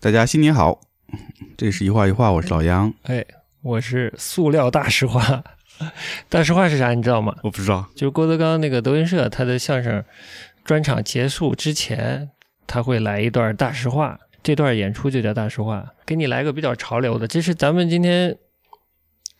大家新年好，这是一画一画，我是老杨。哎，我是塑料大实话。大实话是啥？你知道吗？我不知道，就是郭德纲那个德云社，他的相声专场结束之前，他会来一段大实话，这段演出就叫大实话。给你来个比较潮流的，这是咱们今天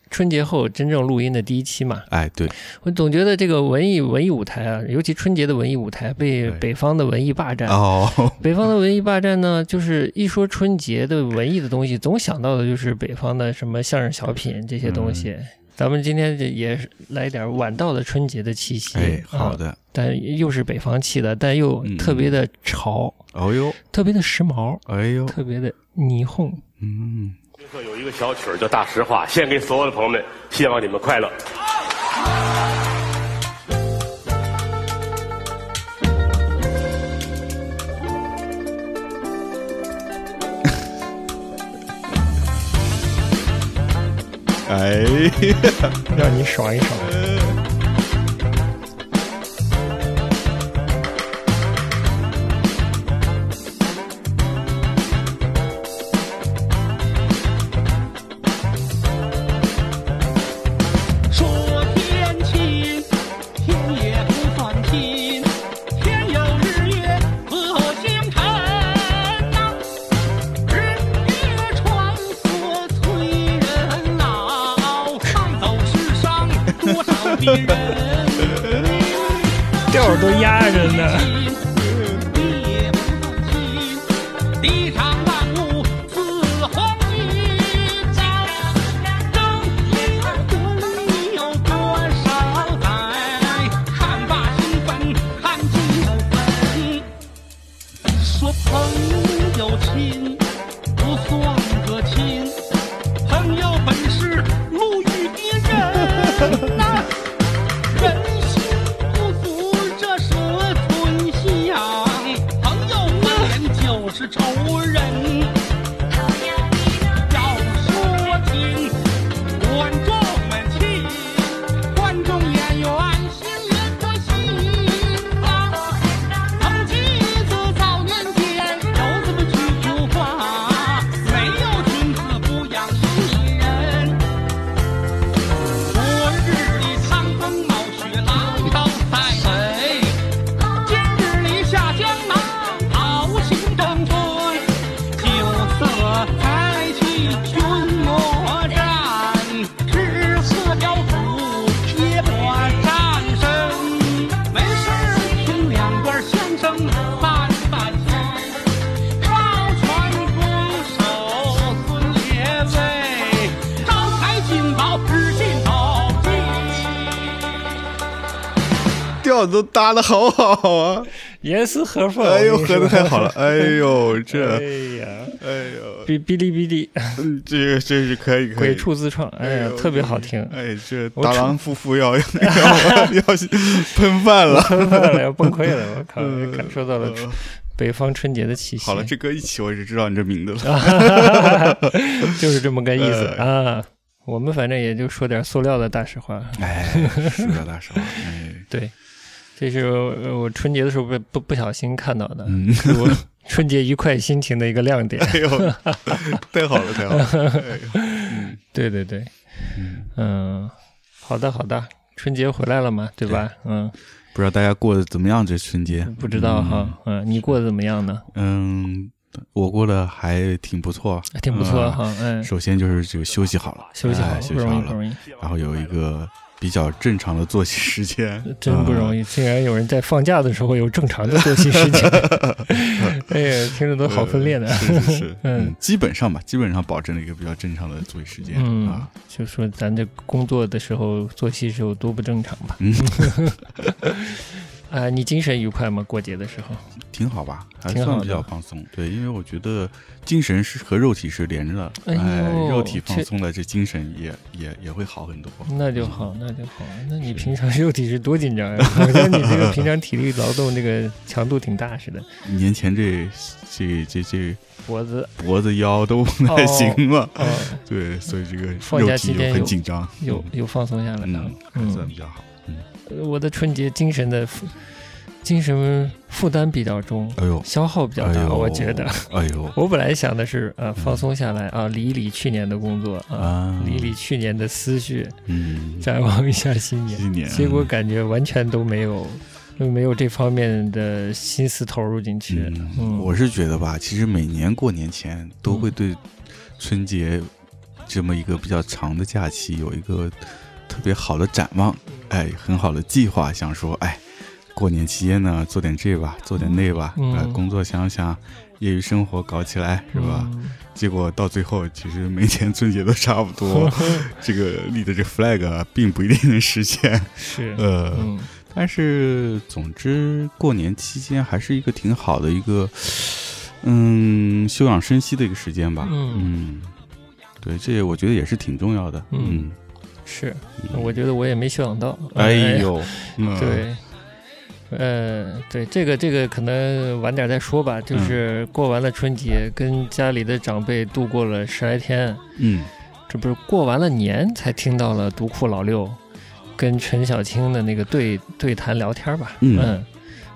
春节后真正录音的第一期嘛。哎，对，我总觉得这个文艺文艺舞台啊，尤其春节的文艺舞台被对北方的文艺霸占。哦，北方的文艺霸占呢，就是一说春节的文艺的东西，总想到的就是北方的什么相声、小品这些东西。咱们今天这也是来一点晚到的春节的气息，哎，好啊，的，但又是北方气的，但又嗯特别的潮，哦呦，特别的时髦，哎呦，特别的霓虹。嗯，这有一个小曲儿叫《大实话》，献给所有的朋友们，希望你们快乐。哎，让你爽一爽。说天晴，天也不算晴，天有日月和星辰呐。日月穿梭催人老，看走世上多少的人。调儿都压着呢。地也不算晴，地上万物似黄金。正因滚你有多少载，看罢兴奋，看尽了悲。说朋友亲，不算个亲，朋友本是路遇的人呐。人心不足这蛇吞象，朋友翻脸就是仇人。要说情，观众们亲，观众演员心连颗心啊。曾记得早年间，游子们去捕花，没有君子不养艺人。昨日里苍风冒雪来到塞北，今日里下江南好行争春，酒色财气君莫沾，吃喝嫖赌也莫沾身。没事儿听两段相声散散心。抱拳拱手，尊列位，招财进宝，日进斗金。调子都搭的好好啊，严丝合缝，哎呦，我跟合你的说太好了，哎呦，这，哎呀，哎哎呦，哔哔哩哔哩，嗯这个真是可以，可以鬼，畜自创，哎哎呀呦，特别好听。哎，这我达郎夫妇要要要喷饭 了。 喷饭了，要崩溃了！我靠，嗯感受到了春北方春节的气息。好 了，这歌一起我只知道你这名字了。啊就是这么个意思哎啊。我们反正也就说点塑料的大实话。哎，是的，大少， 哎， 对，这是呃我春节的时候不不不小心看到的，嗯是我春节愉快心情的一个亮点。哎呦，太好了，太好了， 哎呦。 对对对，嗯，好的好的，春节回来了嘛，对吧？嗯，不知道大家过得怎么样？这春节不知道哈，嗯，你过得怎么样呢？嗯，我过得还挺不错，还啊挺不错嗯。哈，嗯，首先就是就休息好了，休息好哎了，休不息容好易不容了，易，然后有一个比较正常的作息时间，真不容易。易，竟然有人在放假的时候有正常的作 息时间，哎呀，听着都 好分裂呢。是是 是，嗯嗯，基本上吧，基本上保证了一个比较正常的作息时间嗯啊。，就说咱这工作的时候作息是有多不正常吧？嗯， 啊、你精神愉快吗？过节的时候，挺好吧，还挺好算的比较放松。对，因为我觉得精神是和肉体是连着的，哎哎呦，肉体放这松了，这精神也也也会好很多。那就好，那就好。那你平常肉体是多紧张呀、我觉得你这个平常体力劳动这个强度挺大似的，年前这这这这脖子脖子腰都不太哦行了，哦，对，所以这个放肉假体期间就很有紧张，嗯有有放松下来了啊嗯，。还算比较好。呃我的春节精神的精神负担比较重，哎呦，消耗比较哎大，呦，我觉得。， 哎呦我本来想的是，呃，放松下来啊，理一理去年的工作啊，啊，理一理去年的思绪，嗯，展望一下新年。新年结果感觉完全都没有，都没有这方面的心思投入进去。嗯，我是觉得吧，其实每年过年前都会对春节这么一个比较长的假期有一个特别好的展望，嗯哎，很好的计划，想说，哎，过年期间呢，做点这吧，做点那吧，嗯啊，工作想想，业余生活搞起来，是吧？嗯结果到最后，其实每年春节都差不 多，这个立的这 flag 啊并不一定能实现，是，呃。嗯，但是，总之，过年期间还是一个挺好的一个，嗯，休养生息的一个时间吧。嗯嗯，对，这我觉得也是挺重要的。嗯嗯，是，我觉得我也没休养到。哎，呦，嗯， 对。呃，对，这个这个可能晚点再说吧。嗯就是过完了春节，跟家里的长辈度过了十来天，嗯，这不是过完了年才听到了独库老六跟陈小青的那个对对谈聊天吧？嗯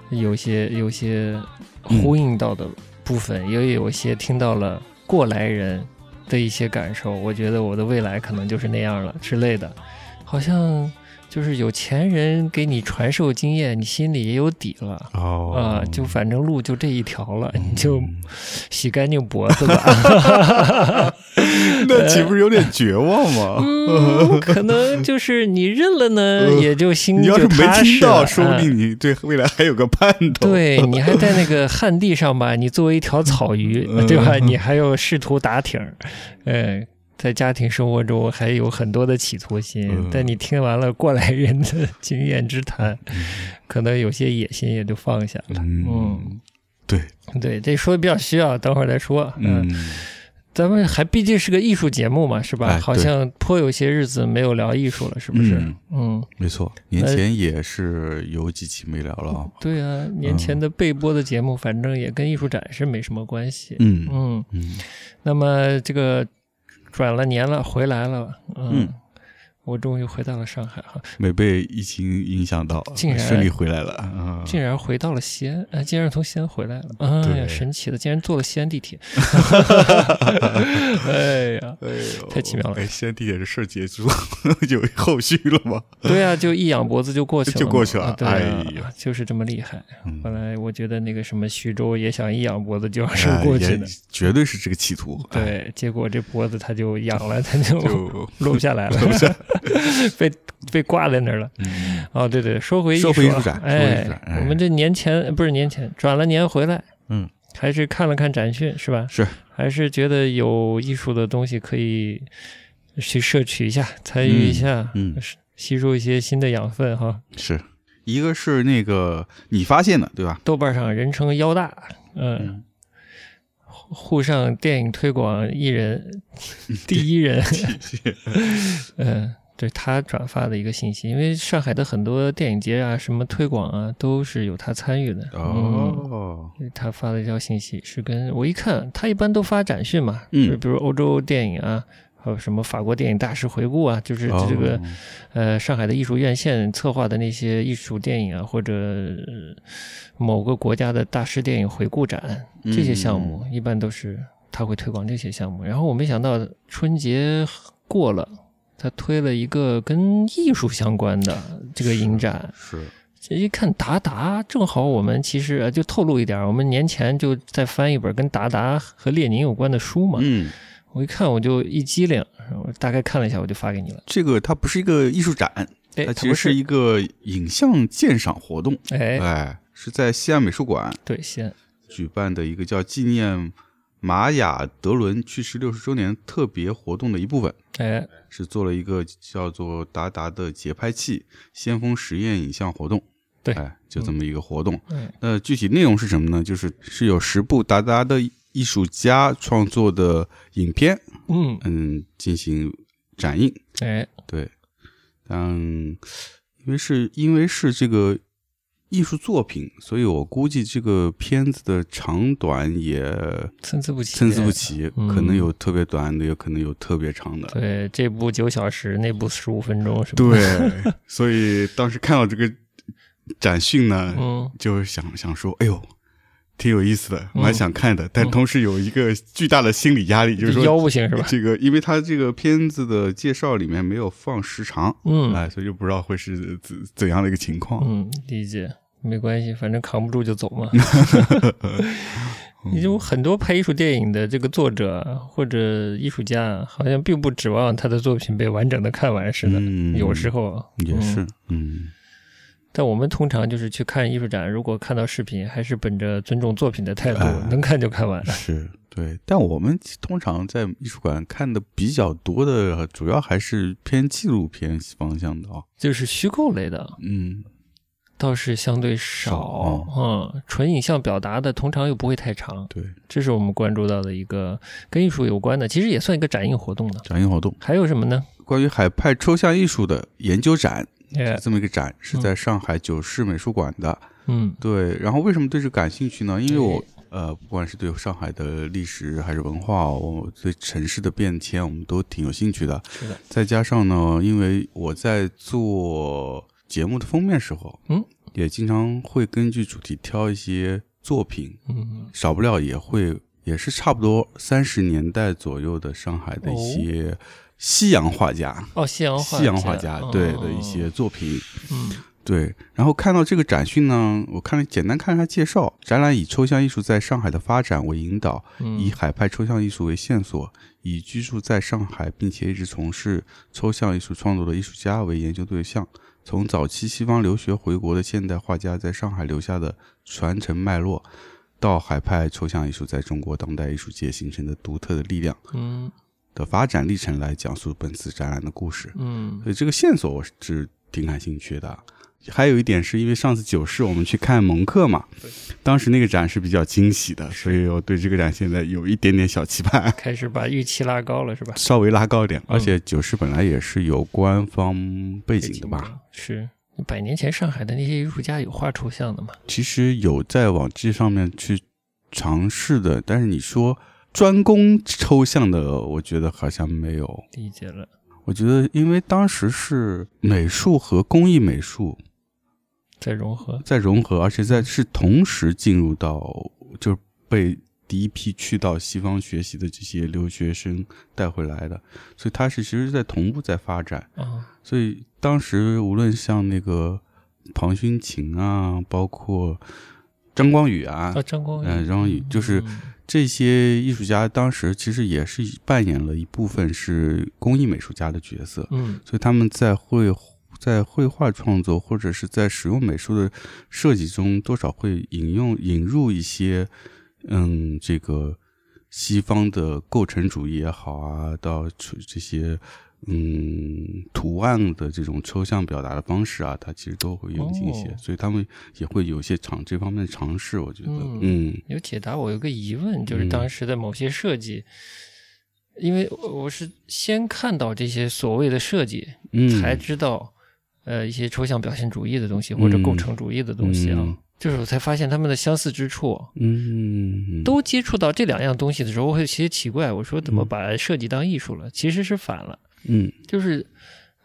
有些有些呼应到的部嗯分，也有些听到了过来人的一些感受。我觉得我的未来可能就是那样了之类的，好像就是有钱人给你传授经验，你心里也有底了。哦啊、就反正路就这一条了，你就嗯洗干净脖 子吧。 那岂不是有点绝望吗？ 嗯，可 能就是你认了呢，也就心嗯你就要是没踏听实到，了说不啊定你对未来还有个盼头。，对你还在那个旱地上吧，你作为一条草鱼，嗯 对吧？你还有仕途打挺儿，呃，在家庭生活中还有很多的企图心，嗯但你听完了过来人的经验之谈，可能有些野心也就放下了。嗯嗯，对，对，这说的比较虚啊，等会儿再说。嗯，咱们还毕竟是个艺术节目嘛，是吧？哎对好像颇有些日子没有聊艺术了，是不是？嗯嗯没错，年那前也是有几期没聊了啊。对啊，年嗯前的备播的节目，反正也跟艺术展是没什么关系。嗯嗯，嗯那么这个转了年了，回来了，嗯，嗯我终于回到了上海哈，没被疫情影响到，竟然顺利回来了啊！竟然回到了西安，哎，竟然从西安回来了，哎呀，对神奇的，竟然坐了西安 地铁，哎呀，哎呦太奇妙了哎，现在地铁这事儿结束 有后续了吗？对呀、就一仰脖子就过去了嘛，就过去了啊对、啊哎呀就是这么厉害。嗯本来我觉得那个什么徐州也想一仰脖子就要是过去的哎，也绝对是这个企图。哎，对，结果这脖子他就仰了，他就 就落不下来了，被被挂在那儿了。嗯哦，对对，说回说回艺啊艺术展说回艺术展哎，哎我们这年前呃不是年前，转了年回来，嗯，还是看了看展讯是吧？是，还是觉得有艺术的东西可以去摄取一下，参与一下，嗯嗯是吸收一些新的养分哈。是一个是那个你发现的对吧？豆瓣上人称腰大，嗯，嗯，沪上电影推广艺人第一人，嗯。对他转发的一个信息，因为上海的很多电影节啊、什么推广啊，都是有他参与的。嗯哦，他发了一条信息，是跟我一看，他一般都发展讯嘛，嗯就是比如欧洲电影啊，还有什么法国电影大师回顾啊，就是哦这个、呃上海的艺术院线策划的那些艺术电影啊，或者、呃某个国家的大师电影回顾展这些项目，一般都是他会推广这些项目。然后我没想到春节过了，他推了一个跟艺术相关的这个影展，是这一看达达，正好我们其实呃就透露一点儿，我们年前就在翻一本跟达达和列宁有关的书嘛。嗯，我一看我就一激灵，我大概看了一下，我就发给你了。这个它不是一个艺术展，它哎，它其不实是一个影像鉴赏活动。哎，哎，是在西安美术馆对，先举办的一个叫纪念玛雅·德伦去世六十周年特别活动的一部分，哎，是做了一个叫做“达达”的节拍器先锋实验影像活动。对哎，就这么一个活动。嗯那具体内容是什么呢？就是是有十部达达的艺术家创作的影片，嗯，嗯，进行展映。哎，对，嗯，因为是因为是这个艺术作品，所以我估计这个片子的长短也参差不齐，参差不。齐，嗯可能有特别短的，有可能有特别长的。对，这部九小时，那部十五分钟，是吧？对，所以当时看到这个展讯呢，嗯就是想想说，哎呦，挺有意思的，嗯蛮想看的，但同时有一个巨大的心理压力，就是说腰不行是吧 这个，因为他这个片子的介绍里面没有放时长，嗯哎，所以就不知道会是怎怎样的一个情况。嗯，理解，没关系，反正扛不住就走 嘛。你嗯就很多拍艺术电影的这个作者或者艺术家，好像并不指望他的作品被完整的看完似的。嗯有时候也、嗯是，嗯但我们通常就是去看艺术展，如果看到视频，还是本着尊重作品的态度，哎能看就看完。是对，但我们通常在艺术馆看的比较多的，主要还是偏纪录片方向的啊、就是虚构类的嗯，倒是相对少，嗯，纯影像表达的通常又不会太长，对，这是我们关注到的一个跟艺术有关的，其实也算一个展映活动呢。展映活动，还有什么呢？关于海派抽象艺术的研究展，哎是这么一个展，是在上海九世美术馆的。嗯对，然后为什么对这感兴趣呢？因为我呃，不管是对上海的历史还是文化，我对城市的变迁，我们都挺有兴趣的。是的再加上呢，因为我在做节目的封面时候，嗯，也经常会根据主题挑一些作品，嗯少不了也会也是差不多三十年代左右的上海的一些西洋画家、哦，西洋画西洋画家哦对的一些作品。嗯对，然后看到这个展讯呢，我看了简单看了一下介绍，展览以抽象艺术在上海的发展为引导，以嗯海派抽象艺术为线索，以居住在上海并且一直从事抽象艺术创作的艺术家为研究对象，从早期西方留学回国的现代画家在上海留下的传承脉络，到海派抽象艺术在中国当代艺术界形成的独特的力量嗯的发展历程来讲述本次展览的故事。嗯所以这个线索我是挺感兴趣的。还有一点是因为上次九世我们去看蒙克嘛，当时那个展是比较惊喜的，所以我对这个展现在有一点点小期盼， 开始把预期拉高了是吧？稍微拉高一点。而且九世本来也是有官方背景的吧，是。百年前上海的那些艺术家有画抽象的嘛？其实有在往这上面去尝试的，但是你说专攻抽象的，我觉得好像没有。理解了，我觉得因为当时是美术和工艺美术再融合。在融合，而且在是同时进入到，就是被第一批去到西方学习的这些留学生带回来的，所以它是其实是在同步在发展。啊，所以当时无论像那个庞勋琴啊，包括张光宇啊啊，，张光宇，嗯，张光宇就是嗯这些艺术家，当时其实也是扮演了一部分是工艺美术家的角色。嗯所以他们在绘在绘画创作或者是在使用美术的设计中，多少会引用引入一些，嗯，这个西方的构成主义也好啊，到这这些嗯图案的这种抽象表达的方式啊，它其实都会用进一些，哦所以他们也会有一些尝这方面的尝试，我觉得，嗯嗯有解答我有个疑问，就是嗯当时的某些设计，因为我我是先看到这些所谓的设计，嗯，才知道呃一些抽象表现主义的东西或者嗯构成主义的东西啊，嗯就是我才发现他们的相似之处。嗯都接触到这两样东西的时候，我会有些奇怪，我说怎么把设计当艺术了？其实是反了，嗯就是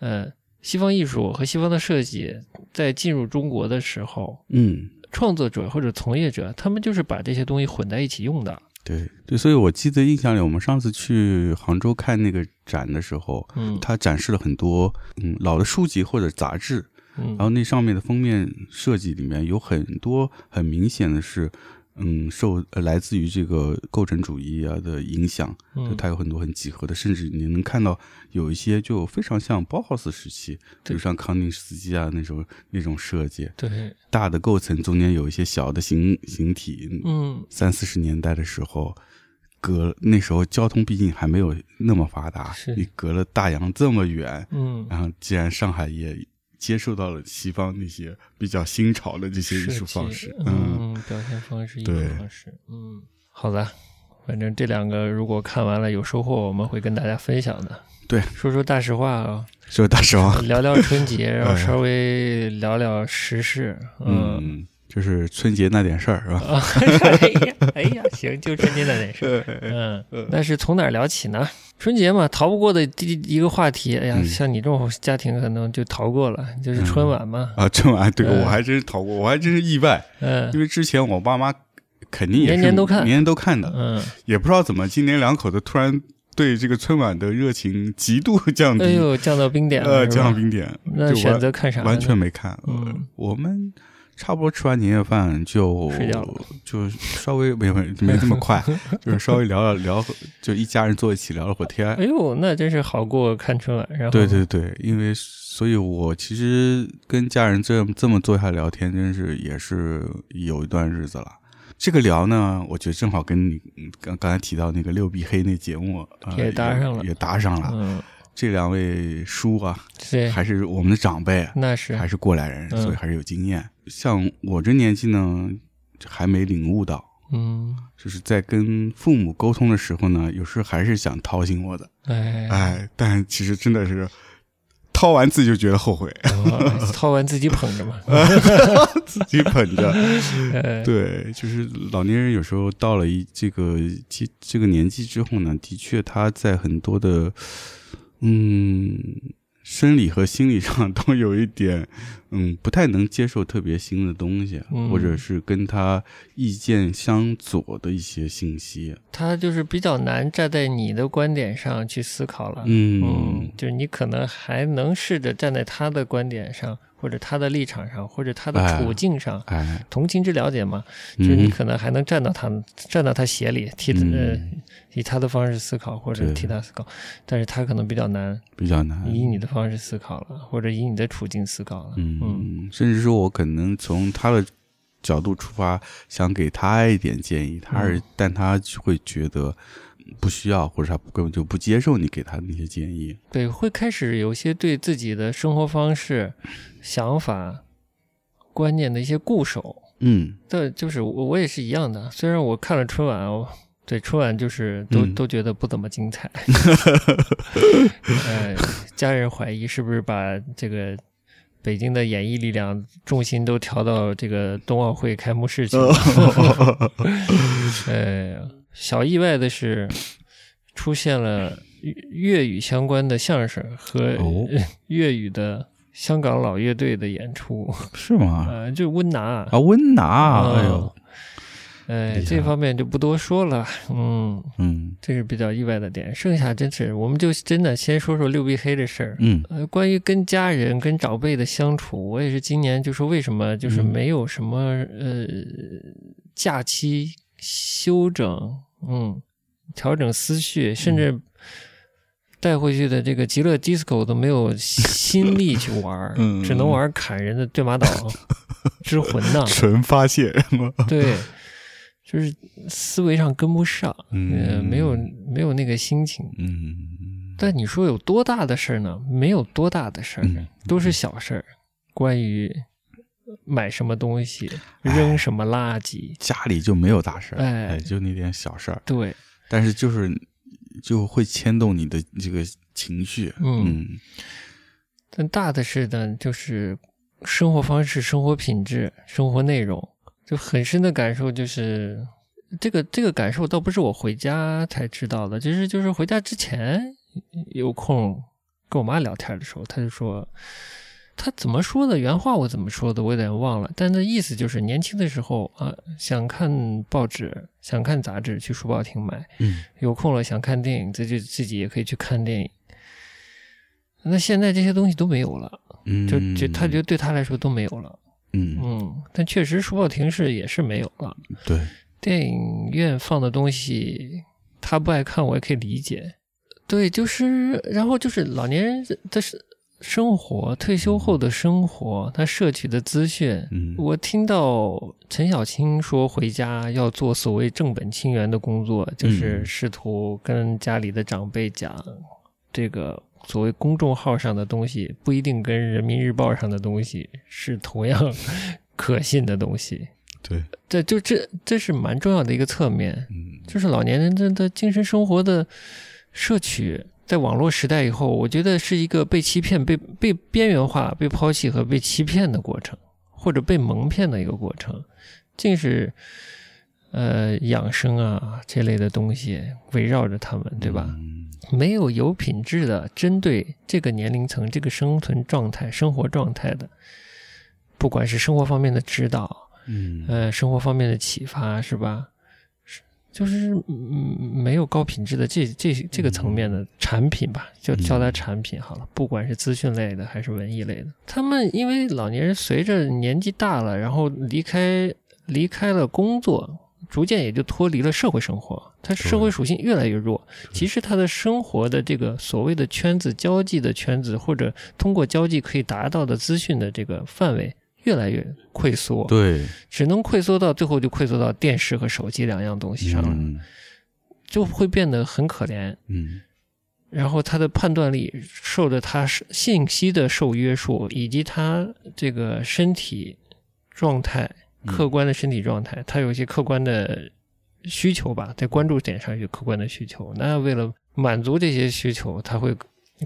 呃，西方艺术和西方的设计在进入中国的时候，嗯。创作者或者从业者，他们就是把这些东西混在一起用的。对对，所以我记得印象里，我们上次去杭州看那个展的时候，嗯它展示了很多嗯老的书籍或者杂志，然后嗯那上面的封面设计里面有很多很明显的是，嗯，受呃来自于这个构成主义啊的影响，就嗯它有很多很几何的，甚至你能看到有一些就非常像包豪斯时期，比对如像康定斯基啊那种那种设计，对，大的构成中间有一些小的形形体，嗯，三四十年代的时候，隔那时候交通毕竟还没有那么发达是，你隔了大洋这么远，嗯，然后既然上海也接受到了西方那些比较新潮的这些艺术方式设，计嗯，嗯，表现方式、艺术对方式，嗯，好的，反正这两个如果看完了有收获，我们会跟大家分享的。对说说大实话啊，说大实话，哎聊聊春节，然后稍微聊聊时事，嗯，嗯，就是春节那点事儿是吧？啊， 哎呀，哎呀，行，就春节 那点事儿。对嗯，但是从哪儿聊起呢？春节嘛，逃不过的第一个话题。哎呀，嗯像你这种家庭可能就逃过了，就是春晚嘛。啊，春晚对嗯我还真是逃过，我还真是意外，嗯因为之前我爸妈肯定也是年年都看年年都看的， 嗯，也不知道怎么今年两口子突然对这个春晚的热情极度降低，哎呦，降到冰点了，呃，是吧降到冰点，那就选完择看啥呢？完全没看。呃嗯我们差不多吃完年夜饭就睡觉了就稍微没没没这么快， 就是稍微聊了聊，就一家人坐一起聊了会儿天。哎呦，那真是好过看春晚。然后对对对，因为所以，我其实跟家人这么这么坐下聊天，真是也是有一段日子了。这个聊呢，我觉得正好跟你嗯刚刚才提到那个六必黑那节目、呃也搭上了也搭上了。嗯，这两位叔啊，对，还是我们的长辈，啊那是还是过来人，嗯所以还是有经验。像我这年纪呢，还没领悟到，嗯，就是在跟父母沟通的时候呢，有时候还是想掏心窝子，哎，哎，但其实真的是掏完自己就觉得后悔， 我掏完自己捧着嘛。嗯自己捧着。 哎对，就是老年人有时候到了一这个这这个年纪之后呢，的确他在很多的嗯生理和心理上 都有一点嗯不太能接受特别新的东西，啊嗯或者是跟他意见相左的一些信息。啊他就是比较难站在你的观点上去思考了。嗯就是你可能还能试着站在他的观点上，或者他的立场上，或者他的哎处境上，哎，同情之了解嘛，嗯就是你可能还能站到他站到他鞋里，替他、呃嗯以他的方式思考，或者对替他思考，但是他可能比较难比较难。以你的方式思考了，或者以你的处境思考了。嗯嗯，甚至说我可能从他的角度出发，想给他一点建议，他嗯是，但他就会觉得不需要，或者他根本就不接受你给他的那些建议。对，会开始有一些对自己的生活方式、想法、观念的一些固守。嗯对，就是我我也是一样的。啊虽然我看了春晚，我对春晚就是都、嗯都觉得不怎么 精彩。呃，家人怀疑是不是把这个北京的演艺力量重心都调到这个冬奥会开幕式去 了。呃，小意外的是，出现了粤粤语相关的相声和哦粤语的香港老乐队的演出。是吗？呃，就是温拿啊啊，温拿，嗯哎呦，，哎，厉害这方面就不多说了。嗯，嗯这是比较意外的点。剩下真是，我们就真的先说说六必黑这事儿。嗯呃，关于跟家人、跟长辈的相处，我也是今年就说为什么就是嗯没有什么、呃假期休整，嗯，调整思嗯绪，甚至带回去的这个极乐 disco 都没有心力去玩 儿，嗯只能玩儿砍人的对马岛之魂 呐、纯发泄是吗？ 对，就是思维上跟不上，呃，嗯没有没有那个心情。嗯但你说有多大的事儿呢？没有多大的事儿，嗯都是小事儿，关于买什么东西、扔什么垃圾，家里就没有大事儿，哎哎，就那点小事儿，对，但是就是就会牵动你的这个情绪，嗯嗯但大的事呢，就是生活方式、生活品质、生活内容，就很深的感受就是。这个这个感受倒不是我回家才知道的，其实就是回家之前有空跟我妈聊天的时候，她就说，她怎么说的原话我怎么说的我有点忘了，但那意思就是年轻的时候啊，想看报纸，想看杂志，去书报亭买，嗯有空了想看电影，自己自己也可以去看电影。那现在这些东西都没有了，嗯，就就他觉得对他来说都没有了，嗯嗯，但确实书报亭是也是没有了，对，电影院放的东西他不爱看，我也可以理解。对，就是然后就是老年人的生生活，退休后的生活，他摄取的资讯，嗯我听到陈小青说回家要做所谓正本清源的工作，就是试图跟家里的长辈讲，这个所谓公众号上的东西不一定跟人民日报上的东西是同样 可信的东西。对，这就这这是蛮重要的一个侧面，嗯就是老年人的的精神生活的摄取，在网络时代以后，我觉得是一个被欺骗、被被边缘化、被抛弃和被欺骗的过程，或者被蒙骗的一个过程，尽是呃养生啊这类的东西围绕着他们，对吧？嗯没有有品质的，针对这个年龄层、这个生存状态、生活状态的，不管是生活方面的指导，嗯呃，生活方面的启发，是吧？是就是嗯，没有高品质的这这这个层面的嗯产品吧，就叫它产品好了。不管是资讯类的还是文艺类的，他们因为老年人随着年纪大了，然后离开离开了工作，逐渐也就脱离了社会生活，他社会属性越来越弱。其实他的生活的这个所谓的圈子、交际的圈子，或者通过交际可以达到的资讯的这个范围越来越溃缩。对，只能溃缩到最后就溃缩到电视和手机两样东西上了，嗯就会变得很可怜。嗯然后他的判断力受着他是信息的受约束，以及他这个身体状态、嗯客观的身体状态，他有一些客观的需求吧，在关注点上有客观的需求。那为了满足这些需求，他会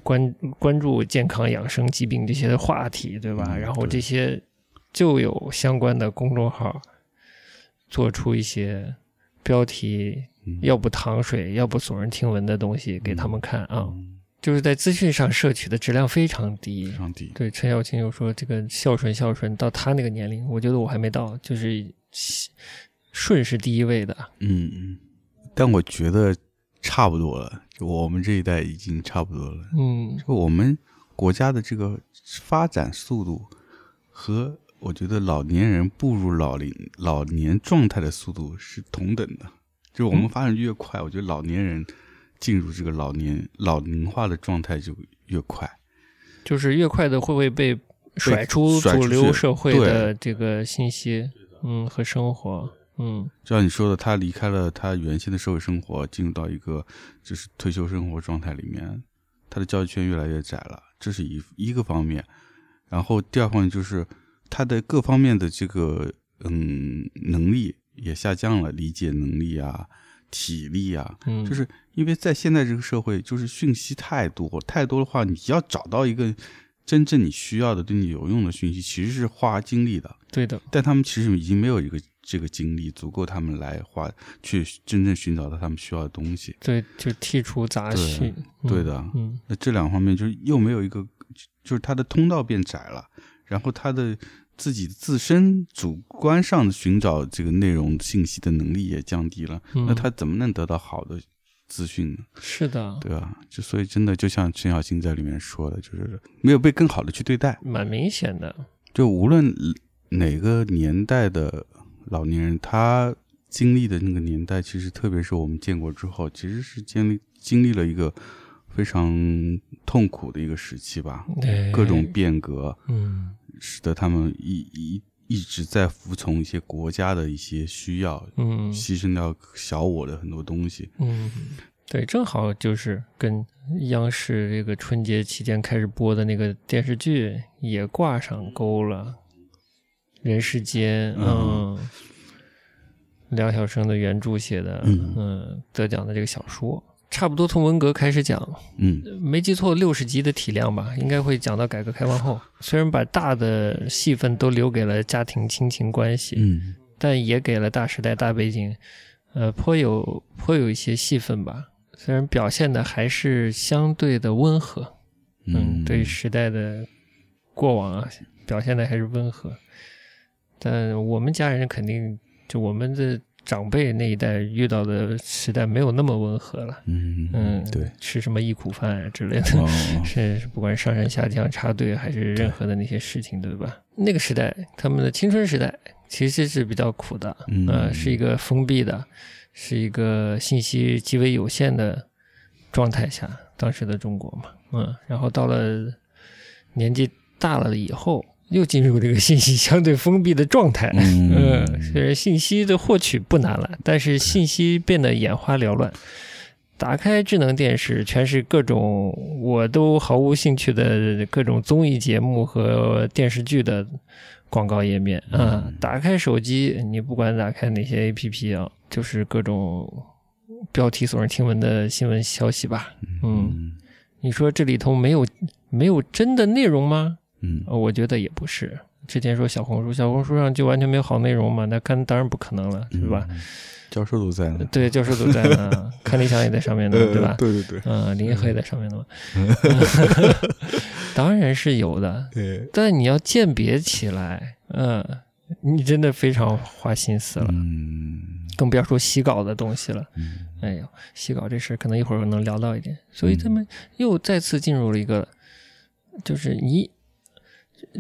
关关注健康、养生、疾病这些话题，对吧？嗯然后对这些就有相关的公众号做出一些标题嗯要不糖水，要不耸人听闻的东西给他们看啊，嗯就是在资讯上摄取的质量非常低非。常低，对，陈小青又说这个孝顺孝顺，到他那个年龄，我觉得我还没到，就是顺是第一位的。嗯嗯，但我觉得差不多了，就我们这一代已经差不多了。嗯就我们国家的这个发展速度和我觉得老年人步入老龄老年状态的速度是同等的，就是嗯我们发展越快，我觉得老年人进入这个老年老龄化的状态就越快。就是越快的会不会被甩出甩出主去流社会对的这个信息，嗯，和生活，嗯就像你说的，他离开了他原先的社会生活，进入到一个就是退休生活状态里面，他的交际圈越来越窄了，这是一一个方面。然后第二方面就是他的各方面的这个嗯能力也下降了，理解能力啊、体力啊，嗯，就是因为在现在这个社会，就是讯息太多，太多的话，你要找到一个真正你需要的、对你有用的讯息，其实是花精力的。对的，但他们其实已经没有一个这个精力足够他们来花去真正寻找到他们需要的东西。对，就剔除杂对讯，嗯对的嗯那这两方面就是又没有一个，就是他的通道变窄了，然后他的自己自身主观上的寻找这个内容信息的能力也降低了，嗯那他怎么能得到好的资讯呢？是的，对吧？就所以真的就像陈小青在里面说的，就是没有被更好的去对待。蛮明显的，就无论哪个年代的老年人，他经历的那个年代，其实特别是我们建国之后，其实是经历经历了一个非常痛苦的一个时期吧。对，各种变革嗯使得他们一一一直在服从一些国家的一些需要，嗯牺牲掉小我的很多东西。嗯，对，正好就是跟央视这个春节期间开始播的那个电视剧也挂上钩了，《人世间》嗯，梁晓声的原著写的，嗯嗯，得奖的这个小说。差不多从文革开始讲，嗯没记错，六十集的体量吧，应该会讲到改革开放后。虽然把大的戏份都留给了家庭亲情关系，嗯但也给了大时代、大背景，呃，颇有颇有一些戏份吧。虽然表现的还是相对的温和，嗯，对时代的过往啊，表现的还是温和。但我们家人肯定，就我们的长辈那一代遇到的时代没有那么温和了。嗯嗯， 对，吃什么忆苦饭啊之类的，哦，是是不管上山下乡插队还是任何的那些事情，对吧？那个时代，他们的青春时代其实是比较苦的，嗯呃，是一个封闭的，是一个信息极为有限的状态下，当时的中国嘛，嗯，然后到了年纪大了以后，又进入这个信息相对封闭的状态， 嗯嗯，虽然信息的获取不难了，但是信息变得眼花缭乱。打开智能电视，全是各种我都毫无兴趣的各种综艺节目和电视剧的广告页面啊！打开手机，你不管打开哪些 APP 啊，就是各种标题耸人听闻的新闻消息吧。嗯，嗯你说这里头没有没有真的内容吗？嗯呃我觉得也不是，之前说小红书，小红书上就完全没有好内容嘛，那看当然不可能了，是吧？嗯？教授都在呢，对，教授都在呢，啊 看理想也在上面呢，对嗯呃？吧对对对嗯，林黑在上面 的嘛，当然是有的，对，但你要鉴别起来，嗯，你真的非常花心思了，嗯更不要说洗稿的东西了。嗯哎呦，洗稿这事儿可能一会儿能聊到一点，所以他们又再次进入了一个，就是你，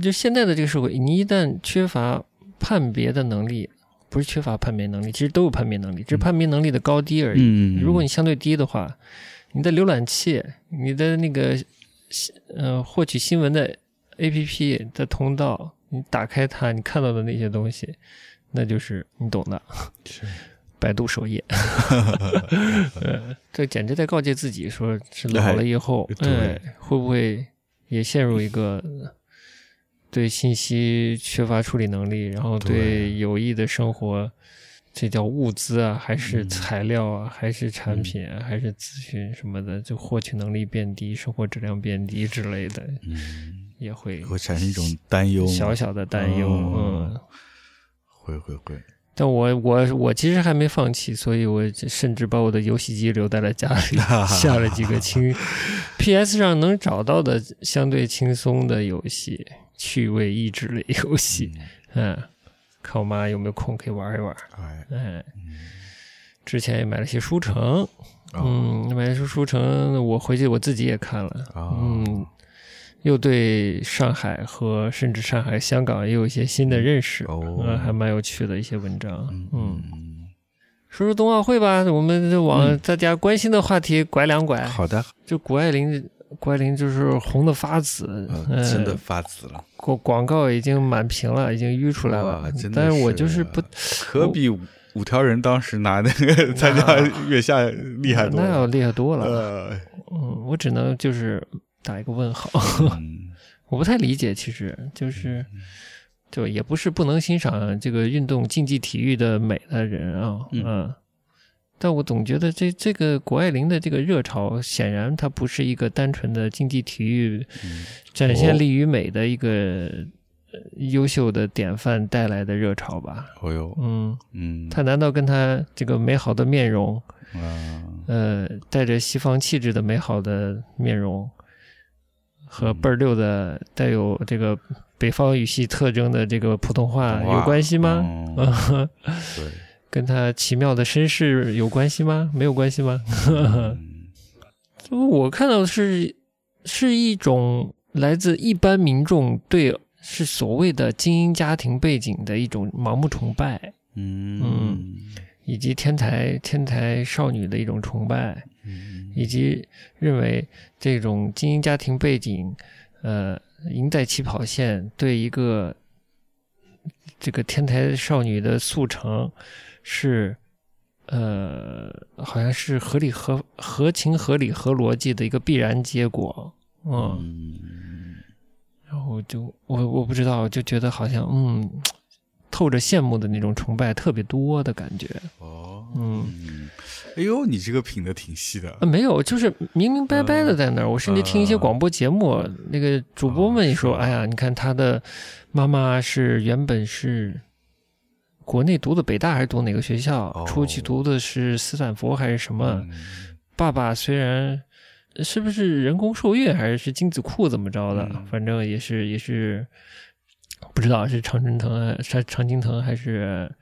就现在的这个社会，你一旦缺乏判别的能力，不是缺乏判别能力，其实都有判别能力，只是判别能力的高低而已。嗯，如果你相对低的话，你的浏览器、你的那个呃获取新闻的 APP 的通道，你打开它，你看到的那些东西，那就是你懂的。百度首 页，呃，这简直在告诫自己，说是老了以后，哎对哎，会不会也陷入一个对信息缺乏处理能力，然后对对有益的生活，这叫物资啊，还嗯是材料啊，还是产品啊，还是咨询什么的，就获取能力变低，生活质量变低之类的，嗯也会会产生一种担忧吗，嗯小小的担忧，哦嗯。会会会，但我我我其实还没放弃，所以我甚至把我的游戏机留在了家里，下了几个轻 PS 上能找到的相对轻松的游戏，趣味益智类游戏。嗯，看我妈有没有空可以玩一玩。哎，哎，之前也买了些书城，哦嗯，买了些书城，我回去我自己也看了，哦嗯，又对上海和甚至上海、香港也有一些新的认识，哦嗯，还蛮有趣的一些文章，嗯嗯，说说冬奥会吧，我们往大家关心的话题拐两拐。好的，就谷爱凌，谷爱凌就是红的发紫，呃呃真的发紫了，广广告已经满屏了，已经淤出来了哇真。的但是我就是是不，可比五五条人当时拿那 个参加月下厉害多那要了，厉害多了。呃，嗯，我只能就是打一个问号，嗯 我不太理解，其实就是。就也不是不能欣赏这个运动竞技体育的美的人啊，嗯但我总觉得这这个谷爱凌的这个热潮，显然它不是一个单纯的竞技体育嗯展哦现力与美的一个呃优秀的典范带来的热潮吧？哦哟，嗯，嗯，她难道跟她这个美好的面容，啊，呃，带着西方气质的美好的面容，嗯和倍儿溜的带有这个北方语系特征的这个普通话普通话有关系吗？哦对， 跟他奇妙的身世有关系吗？没有关系吗？ 嗯我看到的是是一种来自一般民众对是所谓的精英家庭背景的一种盲目崇拜，嗯以及天才天才少女的一种崇拜。嗯以及认为这种精英家庭背景，呃，赢在起跑线对一个这个天才少女的速成是，呃，好像是合理合合情合理合逻辑的一个必然结果。嗯，嗯然后就我我不知道，就觉得好像嗯，透着羡慕的那种崇拜特别多的感觉。哦，嗯。嗯，哎呦，你这个品的挺细的啊，，没有，就是明明白白的在那儿。我甚至听一些嗯广播节目，那个主播们也说：“哎呀，你看他的妈妈是原本是国内读的北大还是读哪个学校，出去哦读的是斯坦福还是什么？嗯爸爸虽然呃是不是人工受孕还是是精子库怎么着的，嗯反正也是也是不知道是常春藤啊是常青藤还是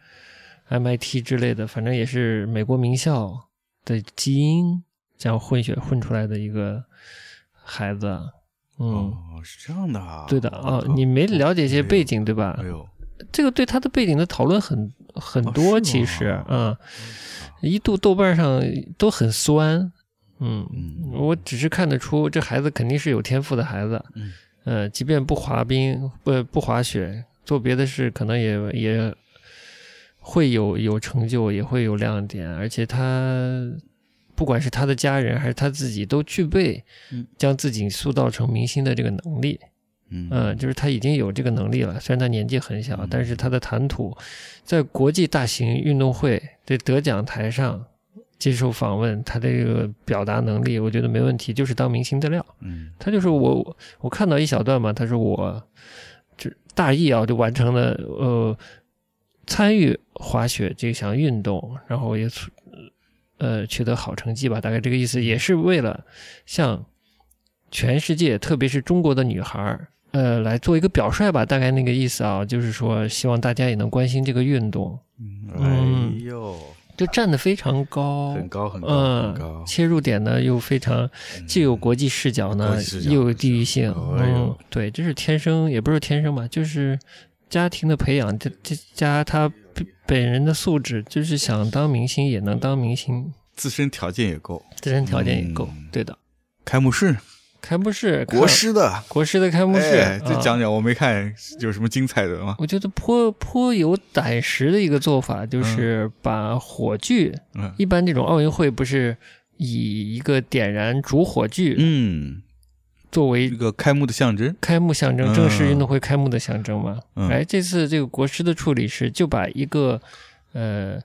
呃 MIT 之类的，反正也是美国名校的基因这样混血混出来的一个孩子。嗯，哦，是这样的啊，对的啊，你没了解一些背景对啊吧？哎呦，这个对他的背景的讨论很很多，哦是吗其实啊、嗯一度豆瓣上都很酸。嗯，嗯我只是看得出这孩子肯定是有天赋的孩子。嗯，呃，即便不滑冰，不不滑雪，做别的事可能也也会有有成就，也会有亮点。而且他不管是他的家人还是他自己，都具备嗯将自己塑造成明星的这个能力。嗯嗯，就是他已经有这个能力了，虽然他年纪很小，但是他的谈吐，在国际大型运动会的得奖台上接受访问，他这个表达能力，我觉得没问题，就是当明星的料。嗯他就是我，我看到一小段嘛，他说我，这大意啊，就完成了呃参与滑雪这项运动，然后也促呃取得好成绩吧，大概这个意思，也是为了向全世界，特别是中国的女孩儿。呃，来做一个表率吧，大概那个意思啊，就是说，希望大家也能关心这个运动，嗯哎呦，就站得非常高，很高很高嗯很高，嗯切入点呢又非常既有国际视角呢国际视，角又有地域性。哎呦嗯，对，这是天生，也不是天生吧，就是家庭的培养，这这加他本人的素质，就是想当明星也能当明星，自身条件也够。自身条件也够嗯。对的，开幕式，开幕式，国看师的，国师的开幕哎，式，这啊讲讲，我没看有什么精彩的吗？我觉得颇颇有胆识的一个做法，就是把火炬，嗯一般这种奥运会不是以一个点燃主火炬嗯，作为一个开幕的象征，开幕象征，嗯正式运动会开幕的象征嘛。嗯哎，这次这个国师的处理是就把一个呃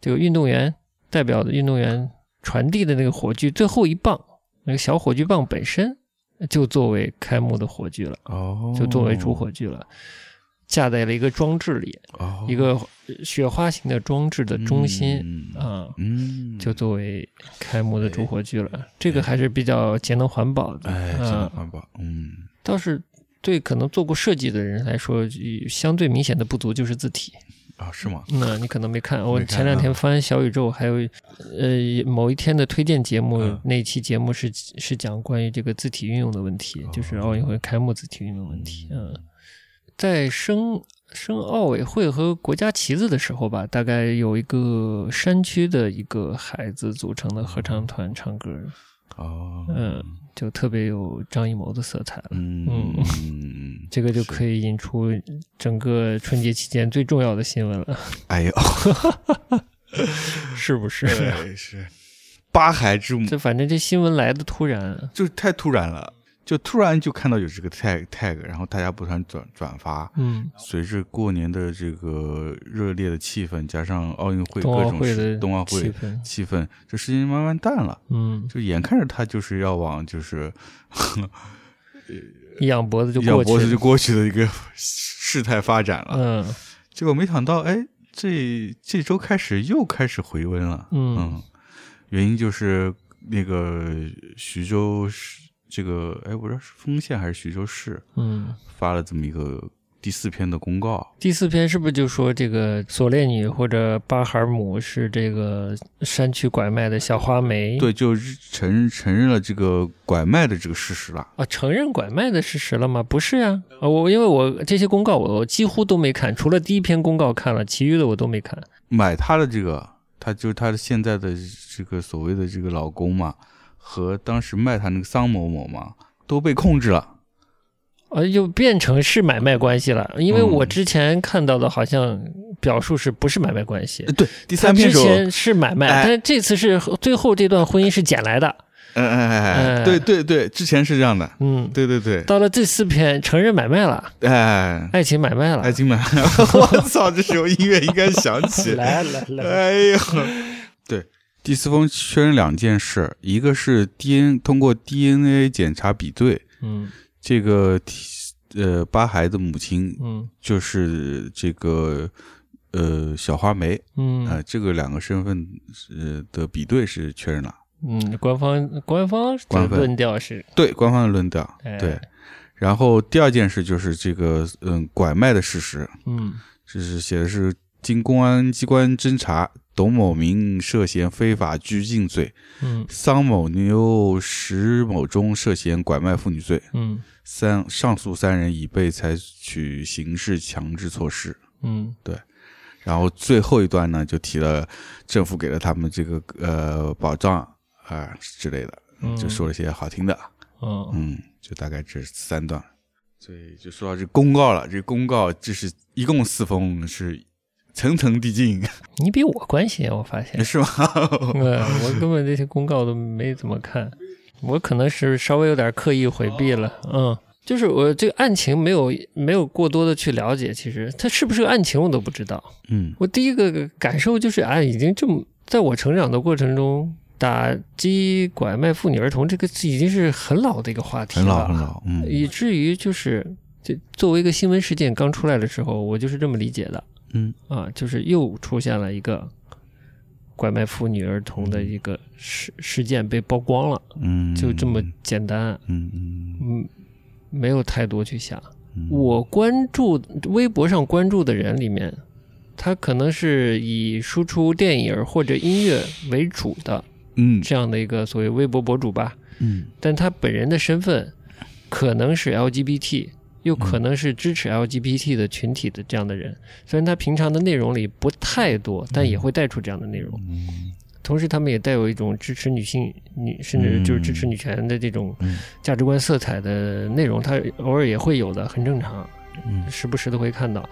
这个运动员代表的运动员传递的那个火炬最后一棒，那个小火炬棒本身就作为开幕的火炬了，哦就作为主火炬了。架在了一个装置里，哦一个雪花型的装置的中心嗯啊、嗯，就作为开幕的主火炬了。这个还是比较节能环保的，哎，真的啊环保，嗯，倒是对可能做过设计的人来说，呃相对明显的不足就是字体。啊，是吗？那你可能没看，嗯没我看前两天啊翻小宇宙，还有呃某一天的推荐节目嗯，那期节目是是讲关于这个字体运用的问题，就是奥运会开幕字体运用问题。哦嗯，在升升奥委会和国家旗子的时候吧，大概有一个山区的一个孩子组成的合唱团唱歌，哦，嗯，就特别有张艺谋的色彩了。嗯嗯嗯，这个就可以引出整个春节期间最重要的新闻了，哎呦，是不 是？对，是八孩之母，这反正这新闻来的突然，就是太突然了，就突然就看到有这个 tag tag，然后大家不断转转发。嗯，随着过年的这个热烈的气氛，加上奥运会冬各奥种会事的冬奥气会氛气氛，这事情慢慢淡了，嗯，就眼看着他就是要往就是一仰脖子就仰过去脖子就了，过去的一个事态发展了。嗯结果没想到，哎，这这周开始又开始回温了。嗯原因就是那个徐州市这个，哎，我不知道是丰县还是徐州市嗯。发了这么一个第四篇的公告。第四篇是不是就说这个锁链女或者巴哈姆是这个山区拐卖的小花梅？对，就是承认承认了这个拐卖的这个事实了。啊，承认拐卖的事实了吗？不是呀、啊，我因为我这些公告我我几乎都没看，除了第一篇公告看了，其余的我都没看。买她的这个，她就是她的现在的这个所谓的这个老公嘛，和当时卖她那个桑某某嘛，都被控制了。呃，就变成是买卖关系了，因为嗯我之前看到的好像表述是不是买卖关系呃？对，第第三篇之时候，前是买卖，哎但是这次是最后这段婚姻是捡来的。哎哎哎哎，哎对对对，之前是这样的。嗯，对对对，到了第四篇承认买卖了，哎，爱情买卖了。爱情满， 我操，这时候音乐应该响起。来来来，哎呦，对，第四封确认两件事，一个是 DNA 通过 DNA 检查比对，嗯这个呃八孩的母亲嗯就是这个呃小花梅啊、嗯呃这个两个身份呃的比对是确认了。嗯，官方官方官的方论调是，对，官方的论调，哎对。然后第二件事就是这个，嗯，拐卖的事实，嗯这是写的是经公安机关侦查，董某明涉嫌非法拘禁罪，嗯桑某妞、石某忠涉嫌拐卖妇女罪，嗯三上述三人已被采取刑事强制措施。嗯然后最后一段呢，就提了政府给了他们这个呃保障啊、之类的，嗯就说了些好听的。嗯嗯，就大概这三段。所以就说到这公告了，这公告这是一共四封，是层层递进，你比我关心，啊我发 现。 是吗？嗯，我根本这些公告都没怎么看，我可能是稍微有点刻意回避了。嗯，就是我这个案情没有没有过多的去了解，其实它是不是个案情我都不知道。 嗯我第一个感受就是，哎，已经这么在我成长的过程中，打击拐卖妇女儿童这个已经是很老的一个话题了，哎很老很老，嗯以至于就是就作为一个新闻事件刚出来的时候，我就是这么理解的嗯啊，就是又出现了一个拐卖妇女儿童的一个事事件被曝光了，嗯，就这么简单，嗯嗯嗯，没有太多去想。嗯，我关注微博上关注的人里面，他可能是以输出电影或者音乐为主的嗯这样的一个所谓微博博主吧，嗯但他本人的身份可能是 LGBT，又可能是支持 LGBT 的群体的这样的人。虽然他平常的内容里不太多，但也会带出这样的内容。嗯同时，他们也带有一种支持女性、女甚至就是支持女权的这种嗯价值观色彩的内容，他偶尔也会有的，很正常。嗯时不时的会看到。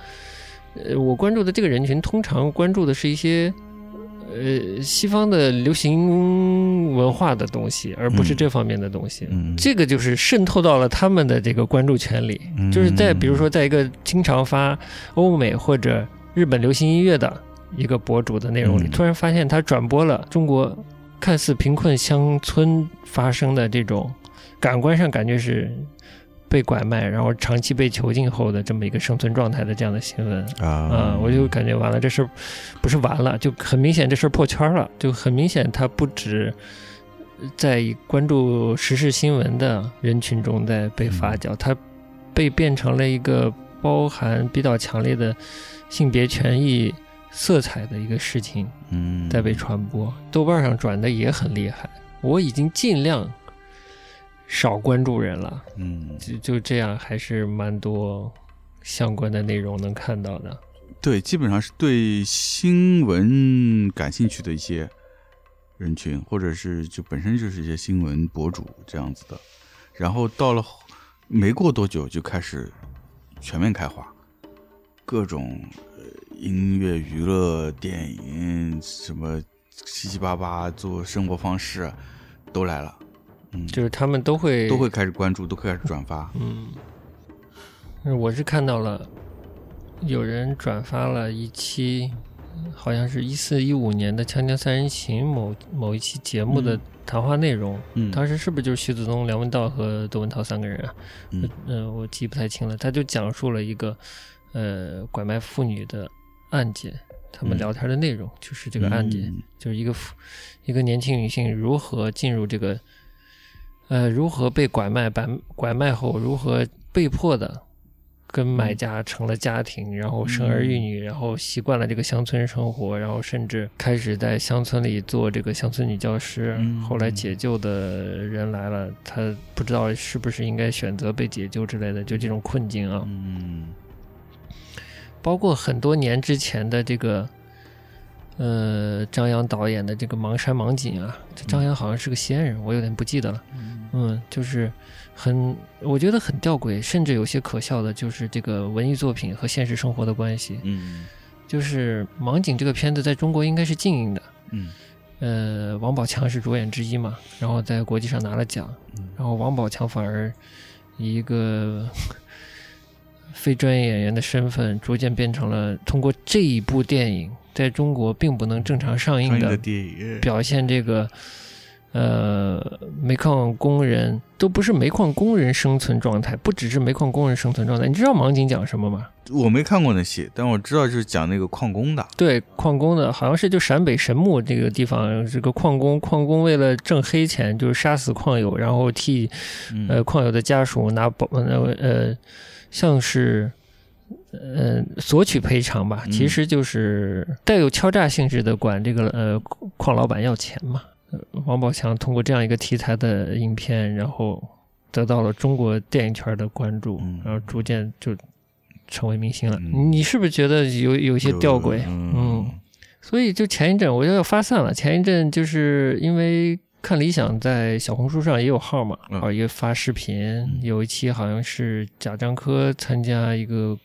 呃，我关注的这个人群，通常关注的是一些呃西方的流行文化的东西，而不是嗯这方面的东西。嗯，这个就是渗透到了他们的这个关注圈里，嗯就是在比如说，在一个经常发欧美或者日本流行音乐的一个博主的内容里，嗯突然发现他转播了中国看似贫困乡村发生的这种感官上感觉是被拐卖，然后长期被囚禁后的这么一个生存状态的这样的新闻，啊、啊，我就感觉完了，这事儿不是完了，就很明显这事儿破圈了，就很明显它不止在关注时事新闻的人群中在被发酵，它被变成了一个包含比较强烈的性别权益色彩的一个事情嗯在被传播，豆瓣上转的也很厉害，我已经尽量少关注人了，嗯，就就这样还是蛮多相关的内容能看到的。对，基本上是对新闻感兴趣的一些人群，或者是就本身就是一些新闻博主这样子的。然后到了后没过多久就开始全面开花，各种呃音乐、娱乐、电影什么七七八八做生活方式都来了，嗯，就是他们都会都会开始关注，都会开始转发。嗯，我是看到了有人转发了一期，好像是一四一五年的《锵锵三人行》某某一期节目的嗯谈话内容。嗯，当时是不是就是徐子东、梁文道和窦文涛三个人啊？嗯呃，我记不太清了。他就讲述了一个呃拐卖妇女的案件，他们嗯聊天的内容、就是这个案件。嗯就是一个妇一个年轻女性如何进入这个，呃，如何被拐卖，拐拐卖后如何被迫的跟嗯买家成了家庭，然后生儿育女，然后习惯了这个乡村生活，然后甚至开始在乡村里做这个乡村女教师。嗯后来解救的人来了，她不知道是不是应该选择被解救之类的，就这种困境啊。嗯包括很多年之前的这个，呃，张扬导演的这个《盲山盲井》啊，这张扬好像是个西安人，我有点不记得了。嗯，就是很，我觉得很吊诡，甚至有些可笑的，就是这个文艺作品和现实生活的关系。嗯就是《盲井》这个片子在中国应该是禁映的，嗯呃，王宝强是主演之一嘛，然后在国际上拿了奖，嗯然后王宝强反而以一个 非专业演员的身份，逐渐变成了通过这一部电影在中国并不能正常上上映映的的电影，表现这个呃煤矿工人都不是煤矿工人生存状态，不只是煤矿工人生存状态。你知道盲井讲什么吗？我没看过那戏，但我知道就是讲那个矿工的。对，矿工的好像是就陕北神木这个地方，这个矿工矿工为了挣黑钱，就是杀死矿友，然后替嗯呃，矿友的家属拿保呃呃，像是呃索取赔偿吧，嗯其实就是带有敲诈性质的管这个呃矿老板要钱嘛。呃王宝强通过这样一个题材的影片，然后得到了中国电影圈的关注，嗯然后逐渐就成为明星了。嗯你是不是觉得有有一些吊诡？嗯所以就前一阵我就要发散了，前一阵就是因为看理想在小红书上也有号嘛，嗯啊、也发视频，有一期好像是贾樟柯参加一个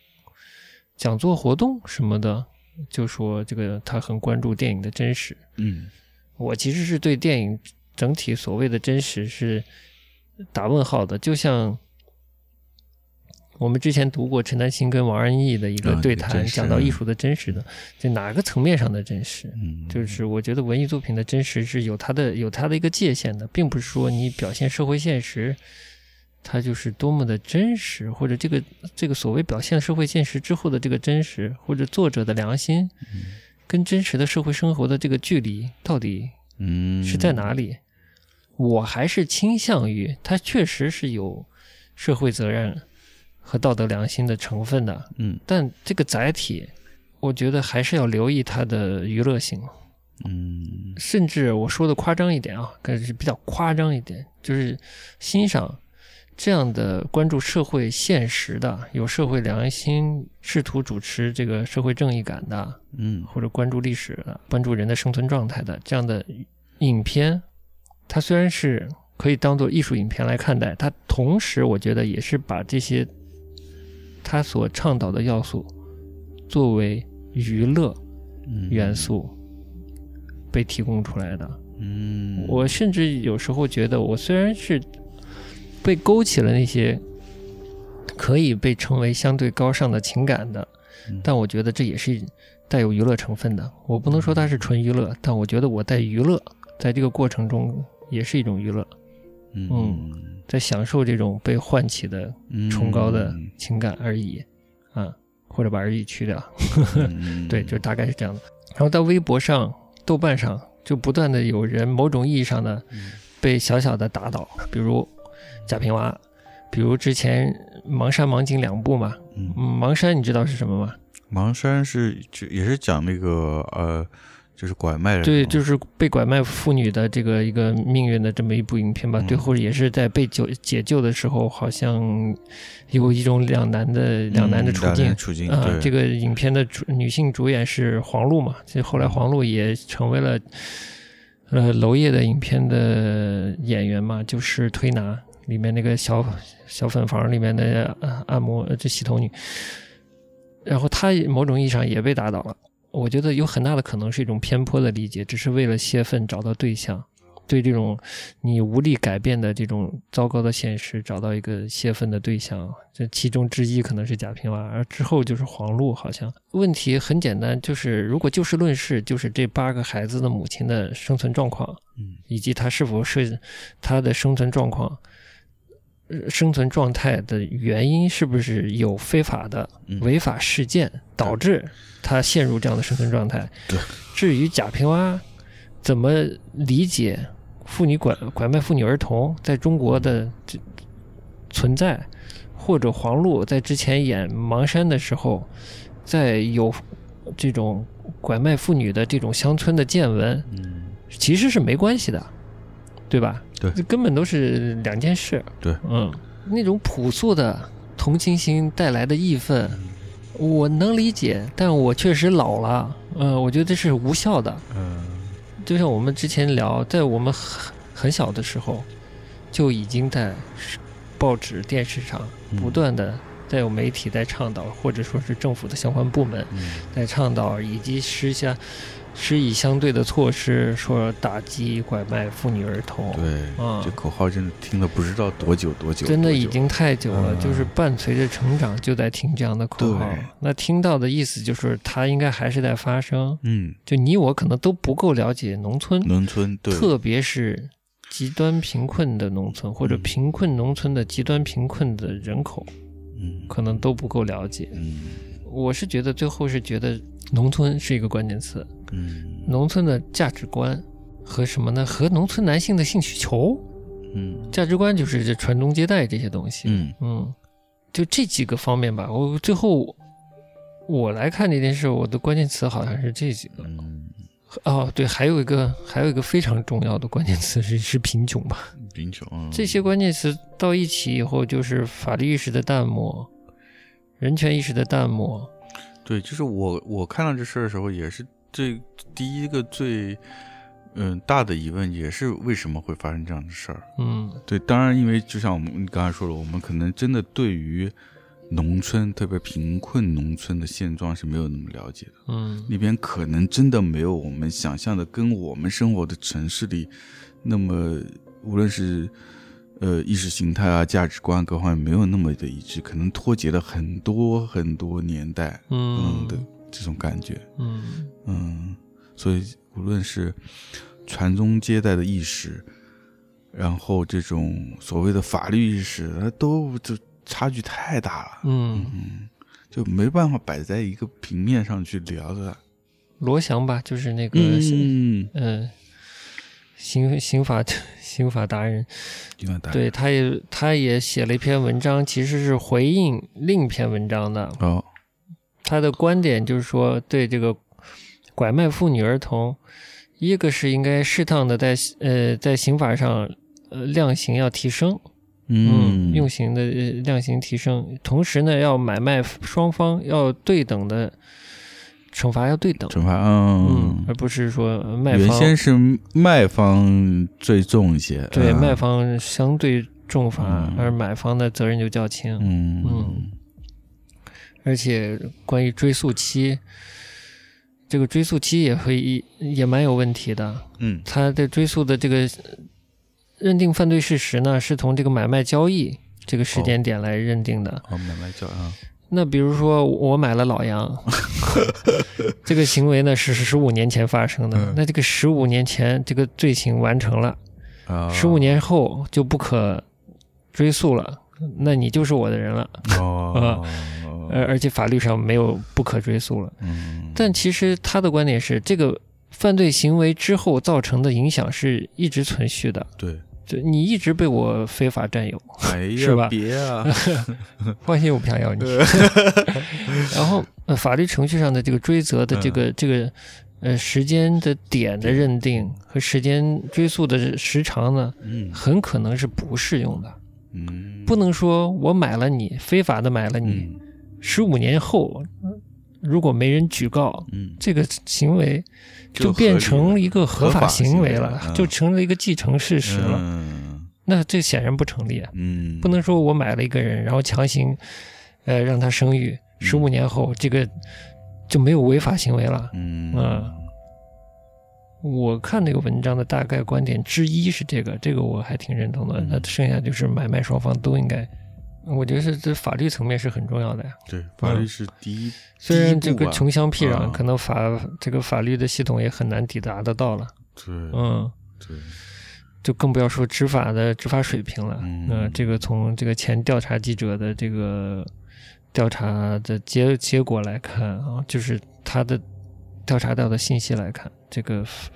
讲座活动什么的，就说这个他很关注电影的真实。嗯我其实是对电影整体所谓的真实是打问号的，就像。我们之前读过陈丹青跟王安忆的一个啊对对谈，真实讲到嗯艺术的真实的，就哪个层面上的真实？嗯，就是我觉得文艺作品的真实是有它的有它的一个界限的，并不是说你表现社会现实它就是多么的真实，或者这个这个所谓表现社会现实之后的这个真实，或者作者的良心，嗯跟真实的社会生活的这个距离到底嗯，是在？哪里？我还是倾向于它确实是有社会责任和道德良心的成分的，嗯但这个载体，我觉得还是要留意它的娱乐性。嗯甚至我说的夸张一点啊，可是比较夸张一点，就是欣赏这样的关注社会现实的、有社会良心、试图主持这个社会正义感的，嗯或者关注历史的、关注人的生存状态的这样的影片，它虽然是可以当做艺术影片来看待，它同时我觉得也是把这些它所倡导的要素作为娱乐嗯，元素被提供出来的。嗯，我甚至有时候觉得，我虽然是被勾起了那些可以被称为相对高尚的情感的嗯，但我觉得这也是带有娱乐成分的。我不能说它是纯娱乐，但我觉得我在娱乐，在这个过程中也是一种娱乐，嗯在享受这种被唤起的嗯崇高的情感而已，啊，或者把而已去掉。嗯 对，就大概是这样的。然后在微博上、豆瓣上，就不断的有人某种意义上的被小小的打倒，比如贾平凹，比如之前《盲山》《盲井》两部嘛，嗯嗯盲山》你知道是什么吗？盲山是就也是讲那个呃，就是拐卖人，对，就是是被拐卖妇女的这个一个命运的这么一部影片吧。嗯最后也是在被救解救的时候，好像有一种两难的两难的嗯处境。处境啊、对这个影片的主女性主演是黄璐嘛？其实后来黄璐也成为了呃娄烨的影片的演员嘛，就是《推拿》里面那个小小粉房里面的呃按摩呃这洗头女，然后她某种意义上也被打倒了。我觉得有很大的可能是一种偏颇的理解，只是为了泄愤找到对象，对这种你无力改变的这种糟糕的现实，找到一个泄愤的对象，这其中之一可能是贾平凹，而之后就是黄璐。好像问题很简单，就是如果就事论事，就是这八个孩子的母亲的生存状况，嗯以及她是否是她的生存状况、呃生存状态的原因是不是有非法的嗯违法事件导致她陷入这样的生存状态。对，至于贾平凹怎么理解妇女拐拐卖妇女儿童在中国的这存在，或者黄璐在之前演《盲山》的时候，在有这种拐卖妇女的这种乡村的见闻，嗯其实是没关系的，对吧？对这根本都是两件事。对，嗯，那种朴素的同情心带来的义愤，我能理解，但我确实老了，嗯，我觉得这是无效的。嗯就像我们之前聊，在我们很很小的时候，就已经在报纸、电视上嗯不断的在有媒体在倡导，或者说是政府的相关部门嗯在倡导，以及施下施以相对的措施，说打击拐卖妇女儿童。对，啊这口号真的听了不知道多久多久，真的多已久经太久了，嗯就是伴随着成长就在听这样的口号对。那听到的意思就是，它应该还是在发生。嗯，就你我可能都不够了解农村，农村对特别是极端贫困的农村或者嗯贫困农村的极端贫困的人口，嗯可能都不够了解。嗯我是觉得最后是觉得农村是一个关键词，嗯农村的价值观和什么呢？和农村男性的性需求、嗯价值观就是这传宗接代这些东西。嗯嗯，就这几个方面吧。我最后我来看这件事，我的关键词好像是这几个。嗯，哦，对，还有一个还有一个非常重要的关键词是是贫穷吧。贫穷啊这些关键词到一起以后，就是法律意识的淡漠，人权意识的淡漠。对，就是我我看到这事儿的时候，也是最第一个最嗯大的疑问，也是为什么会发生这样的事儿。嗯对，当然，因为就像我们刚才说了，我们可能真的对于农村，特别贫困农村的现状是没有那么了解的。嗯那边可能真的没有我们想象的，跟我们生活的城市里那么，无论是呃意识形态啊、价值观各方面没有那么的一致，可能脱节了很多很多年代，嗯嗯的这种感觉，嗯嗯，所以无论是传宗接代的意识，然后这种所谓的法律意识，呃都就差距太大了，嗯，就没办法摆在一个平面上去聊的。罗翔吧，就是那个嗯，嗯，刑刑法 刑法达人，一般大对，他也他也写了一篇文章，其实是回应另一篇文章的。哦，他的观点就是说，对这个拐卖妇女儿童，一个是应该适当的在呃在刑法上呃量刑要提升，嗯，用刑的呃量刑提升，同时呢要买卖双方要对等的惩罚要对等，惩罚，嗯嗯，，而不是说呃卖原方先是卖方最重一些，对、嗯卖，方相对重罚，嗯而买方的责任就较轻。嗯嗯而且关于追溯期，这个追溯期也会也蛮有问题的。嗯它的追溯的这个呃认定犯罪事实呢，是从这个买卖交易这个时间点来认定的。哦，买卖叫啊，那比如说我买了老杨， 这个行为呢是十五年前发生的，嗯那这个十五年前这个罪行完成了，啊，十五年后就不可追溯了，那你就是我的人了，哦，而而且法律上没有不可追溯了。嗯，啊但其实他的观点是，这个犯罪行为之后造成的影响是一直存续的， 对，就你一直被我非法占 有，哎呀，是吧别 啊，放心，我不想要呃 你。然后、呃法律程序上的这个追责的这个、这个呃时间的点的认定和时间追溯的时长呢，嗯很可能是不适用的，嗯，不能说我买了你，非法的买了你，嗯十五年后如果没人举报，嗯这个行为就就合理啊了变成一个合法行为合法行为了了嗯，就成了一个既成事实了。嗯那这显然不成立，啊嗯，不能说我买了一个人，然后强行，呃，让他生嗯育，十五年后这个就没有违法行为了。嗯嗯我看那个文章的大概观点之一是这个，这个我还挺认同的嗯。那剩下就是买卖双方都应该，我觉得是这法律层面是很重要的呀。对，法律是第一，虽然第一这步个啊穷乡僻壤，嗯可能法这个法律的系统也很难抵达得到了。对嗯。对，就更不要说执法的执法水平了。嗯呃这个从这个前调查记者的这个调查的结结果来看啊，就是他的调查到的信息来看，这个法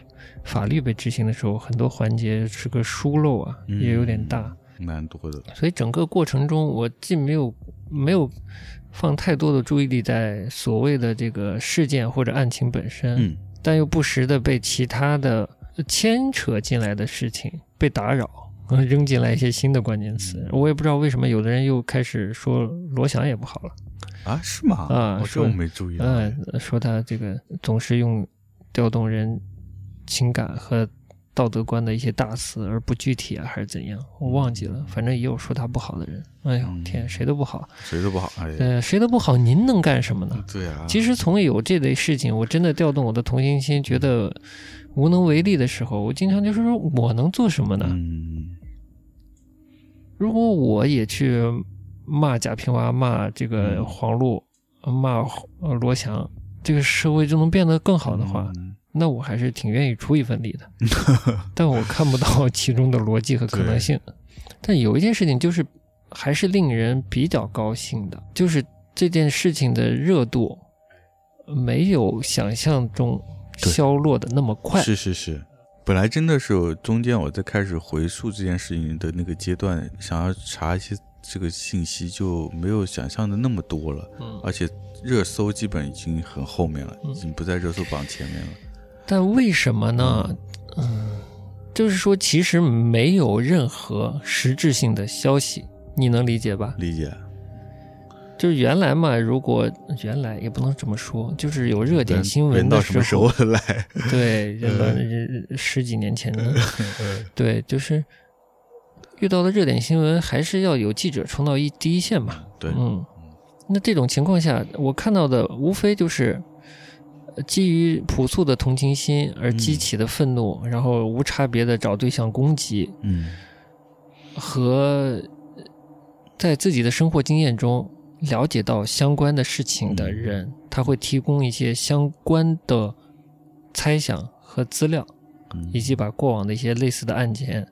法律被执行的时候，很多环节是个疏漏啊，嗯也有点大。蛮多的，所以整个过程中，我既没有没有放太多的注意力在所谓的这个事件或者案情本身，嗯但又不时的被其他的牵扯进来的事情被打扰，呃扔进来一些新的关键词。我也不知道为什么有的人又开始说罗翔也不好了，啊，是吗？啊我这说我没注意到，哎嗯、说他这个总是用调动人情感和道德观的一些大词而不具体啊，还是怎样？我忘记了，反正也有说他不好的人。哎呦嗯天，谁都不好，谁都不好，哎呀，呃，谁都不好，您能干什么呢？对啊，呃其实从有这类事情，我真的调动我的同情心，觉得嗯无能为力的时候，我经常就是说我能做什么呢？嗯如果我也去骂贾平凹、骂这嗯个黄璐、骂呃罗翔，这个社会就能变得更好的话，嗯那我还是挺愿意出一份力的。 但我看不到其中的逻辑和可能性。但有一件事情就是还是令人比较高兴的，就是这件事情的热度没有想象中对消落的那么快。是是是。本来真的是有中间我在开始回溯这件事情的那个阶段，想要查一些这个信息，就没有想象的那么多了，嗯，而且热搜基本已经很后面了，嗯已经不在热搜榜前面了。但为什么呢？嗯，就是说其实没有任何实质性的消息，你能理解吧？理解，就是原来嘛，如果原来也不能这么说，就是有热点人新人闻到的什么时候 来？对，人们十几年前的，对，就是遇到了热点新闻，还是要有记者冲到一第一线嘛。对，嗯，那这种情况下，我看到的无非就是呃基于朴素的同情心而激起的愤怒，然后无差别的找对象攻击嗯和在自己的生活经验中。了解到相关的事情的人，他会提供一些相关的猜想和资料，嗯以及把过往的一些类似的案件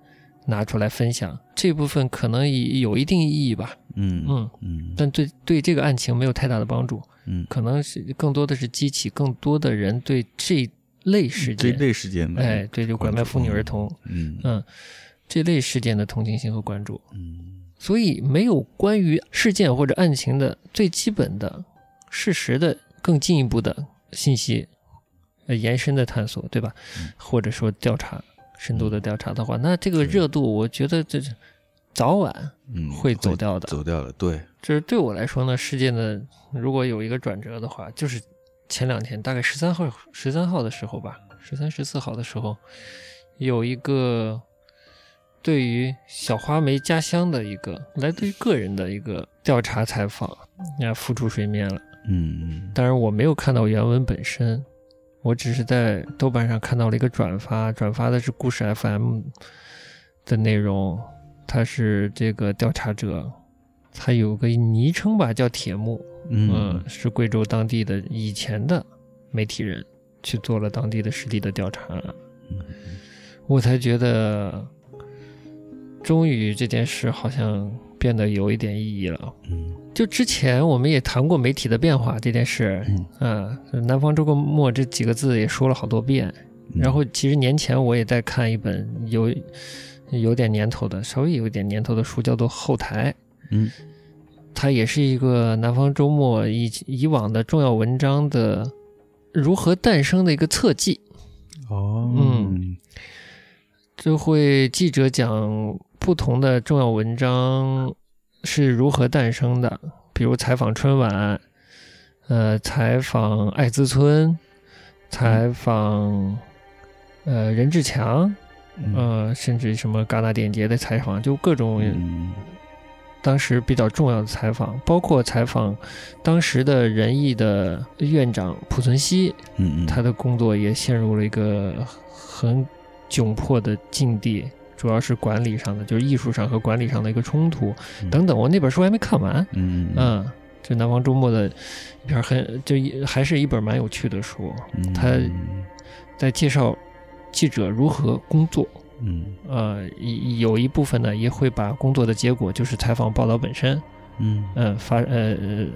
拿出来分享，这部分可能也有一定意义吧，嗯嗯，嗯但对对这个案情没有太大的帮助，嗯，可能是更多的是激起更多的人对这类事这件，类事件的，哎，对，就拐卖妇女儿童，嗯嗯，这类事件的同情心和关注。嗯所以，没有关于事件或者案情的最基本的事实的更进一步的信息，呃，延伸的探索，对吧？或者说调查，深度的调查的话，那这个热度，我觉得这是早晚嗯，会走掉的。走掉了，对，就是对我来说呢，事件的如果有一个转折的话，就是前两天，大概十三号、十三号的时候吧，十三、十四号的时候，有一个对于小花梅家乡的一个来自于个人的一个调查采访，那浮出水面了。嗯当然，我没有看到原文本身，我只是在豆瓣上看到了一个转发，转发的是故事 FM 的内容，他是这个调查者，他有个昵称吧，叫铁木，嗯，嗯是贵州当地的以前的媒体人去做了当地的实地的调查，我才觉得，终于这件事好像变得有一点意义了。嗯就之前我们也谈过媒体的变化这件事，嗯，南方周末这几个字也说了好多遍。嗯然后其实年前我也在看一本有有点年头的，稍微有点年头的书，叫做《后台》。嗯它也是一个南方周末以以往的重要文章的如何诞生的一个侧记，哦嗯就会记者讲不同的重要文章是如何诞生的，比如采访春晚，呃，采访艾滋村，采访呃任志强，嗯呃，甚至什么戛纳电影节的采访，就各种嗯当时比较重要的采访，包括采访当时的仁义的院长濮存昕，嗯，他的工作也陷入了一个很窘迫的境地，主要是管理上的，就是艺术上和管理上的一个冲突嗯等等。我那本书还没看完，嗯嗯嗯，这南方周末的一篇很就一还是一本蛮有趣的书，嗯他在介绍记者如何工作。嗯呃，一有一部分呢也会把工作的结果，就是采访报道本身，嗯嗯，发呃呃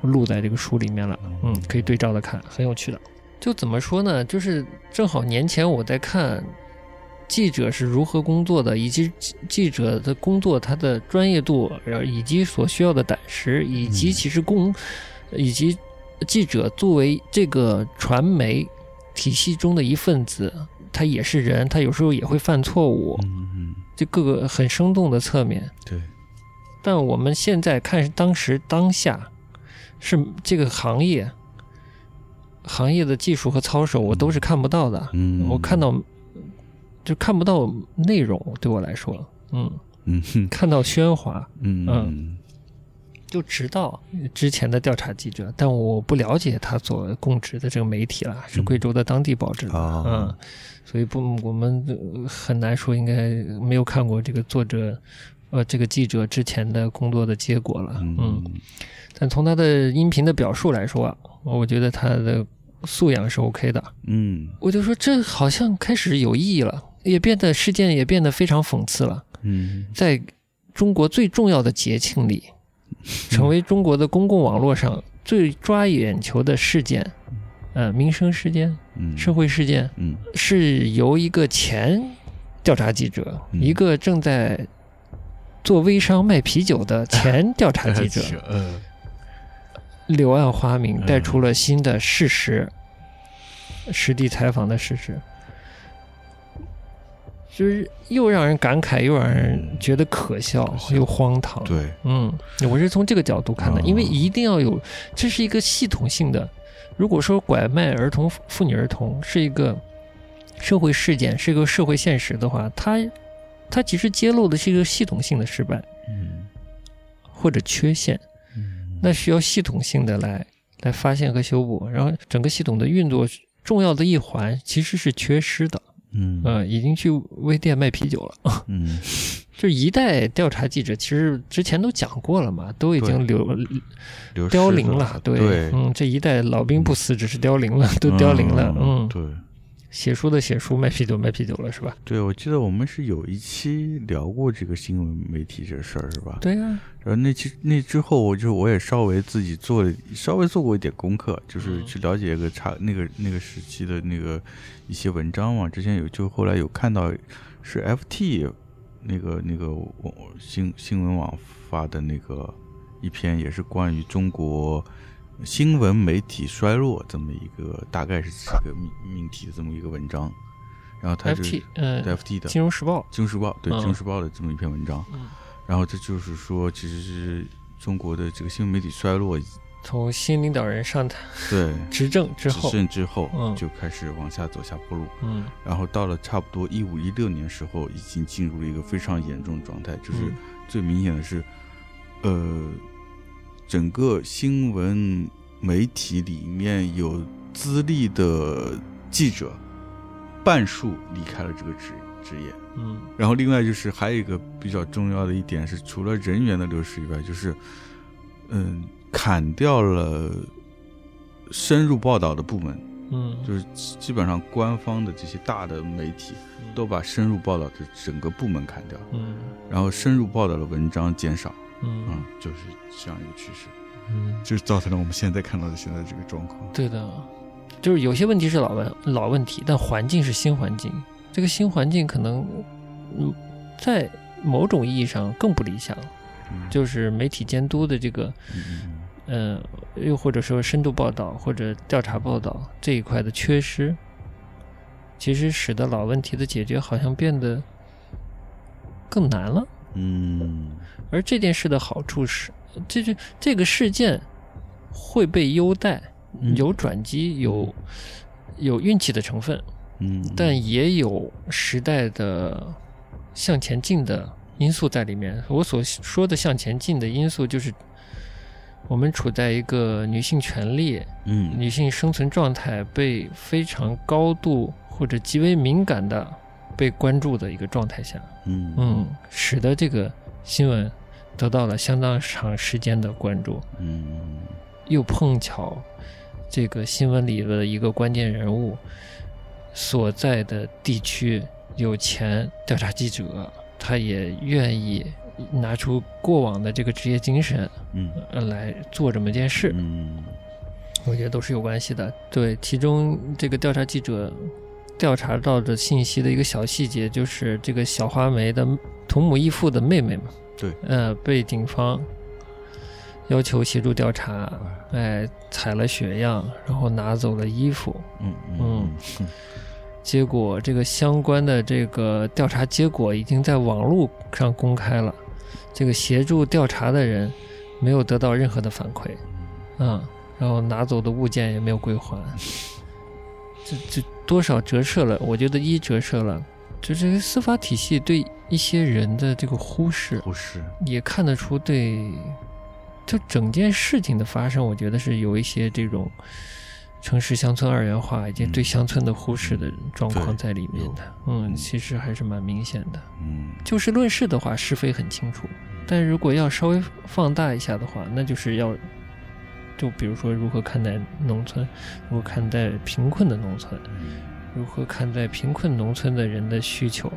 录在这个书里面了，嗯，可以对照的看，很有趣的。就怎么说呢？就是正好年前我在看记者是如何工作的，以及记记者的工作他的专业度，然后以及所需要的胆识，以及嗯其实工，以及记者作为这个传媒体系中的一份子，他也是人，他有时候也会犯错误，嗯这各个很生动的侧面。对，但我们现在看当时当下，是这个行业行业的技术和操守，我都是看不到的。嗯我看到就看不到内容，对我来说，嗯，嗯看到喧哗，嗯嗯就直到之前的调查记者，但我不了解他所供职的这个媒体了，是贵州的当地报纸了，哦嗯，所以不，我们呃很难说应该没有看过这个作者，呃，这个记者之前的工作的结果了，嗯，但从他的音频的表述来说啊，我觉得他的素养是 OK 的，嗯我就说这好像开始有意义了，也变得事件也变得非常讽刺了。嗯在中国最重要的节庆里，成为中国的公共网络上最抓眼球的事件，呃，民生事件、嗯社会事件，嗯是由一个前调查记者，嗯一个正在做微商卖啤酒的前调查 记者嗯柳暗花明，带出了新的事实，实地采访的事实。就是又让人感慨，又让人觉得可笑，嗯又荒唐。对嗯，我是从这个角度看的，哦因为一定要有，这是一个系统性的。如果说拐卖儿童、妇女儿童是一个社会事件，是一个社会现实的话，它它其实揭露的是一个系统性的失败嗯或者缺陷，那需要系统性的来来发现和修补，然后整个系统的运作重要的一环其实是缺失的。嗯嗯、已经去微店卖啤酒了。嗯就一代调查记者，其实之前都讲过了嘛，都已经流凋零了，对嗯嗯，这一代老兵不死，只是凋零了，都凋零了，嗯，对写书的写书，卖啤酒卖啤酒了，是吧？对，我记得我们是有一期聊过这个新闻媒体这事儿，是吧？对呀、然后那期那之后，我就我也稍微自己做了稍微做过一点功课，嗯就是去了解一个差那个那个时期的那个一些文章嘛。之前有就后来有看到是 FT 那个那个网新新闻网发的那个一篇，也是关于中国新闻媒体衰落这么一个大概是这个命命题的这么一个文章。然后它就 f t 是嗯、对 FT 的金融时报《金融时报》对嗯《金融时报》的这么一篇文章，嗯然后这就是说，其实是中国的这个新闻媒体衰落，从新领导人上台对执政之后执，政之后、嗯就开始往下走下坡路，嗯然后到了差不多一五一六年时候，已经进入了一个非常严重的状态，就是嗯最明显的是，呃，整个新闻媒体里面有资历的记者，半数离开了这个职职业。嗯然后另外就是还有一个比较重要的一点是，除了人员的流失以外，就是嗯，砍掉了深入报道的部门，嗯，就是基本上官方的这些大的媒体都把深入报道的整个部门砍掉，嗯然后深入报道的文章减少，嗯嗯，就是这样一个趋势，嗯，就是造成了我们现在看到的现在这个状况。对的，就是有些问题是老问老问题，但环境是新环境，这个新环境可能嗯在某种意义上更不理想，嗯就是媒体监督的这个嗯呃，又或者说深度报道或者调查报道这一块的缺失，其实使得老问题的解决好像变得更难了。嗯而这件事的好处是，这就这个事件会被优待，嗯有转机，有有运气的成分，嗯，但也有时代的向前进的因素在里面。我所说的向前进的因素，就是我们处在一个女性权利、嗯女性生存状态被非常高度或者极为敏感的被关注的一个状态下，嗯嗯，使得这个新闻得到了相当长时间的关注，嗯又碰巧这个新闻里的一个关键人物所在的地区有前调查记者，他也愿意拿出过往的这个职业精神嗯呃来做这么件事，嗯我觉得都是有关系的。对，其中这个调查记者调查到的信息的一个小细节，就是这个小花梅的同母异父的妹妹嘛，对，呃，被警方要求协助调查，哎，采了血样，然后拿走了衣服，嗯嗯嗯结果这个相关的这个调查结果已经在网络上公开了，这个协助调查的人没有得到任何的反馈，嗯，然后拿走的物件也没有归还，这这多少折射了？我觉得一折射了，就这个司法体系对一些人的这个忽视，不是。也看得出对，就整件事情的发生，我觉得是有一些这种城市乡村二元化以及对乡村的忽视的状况在里面的。嗯，其实还是蛮明显的。嗯就事论事的话，是非很清楚，但如果要稍微放大一下的话，那就是要。就比如说，如何看待农村，如何看待贫困的农村，如何看待贫困农村的人的需求，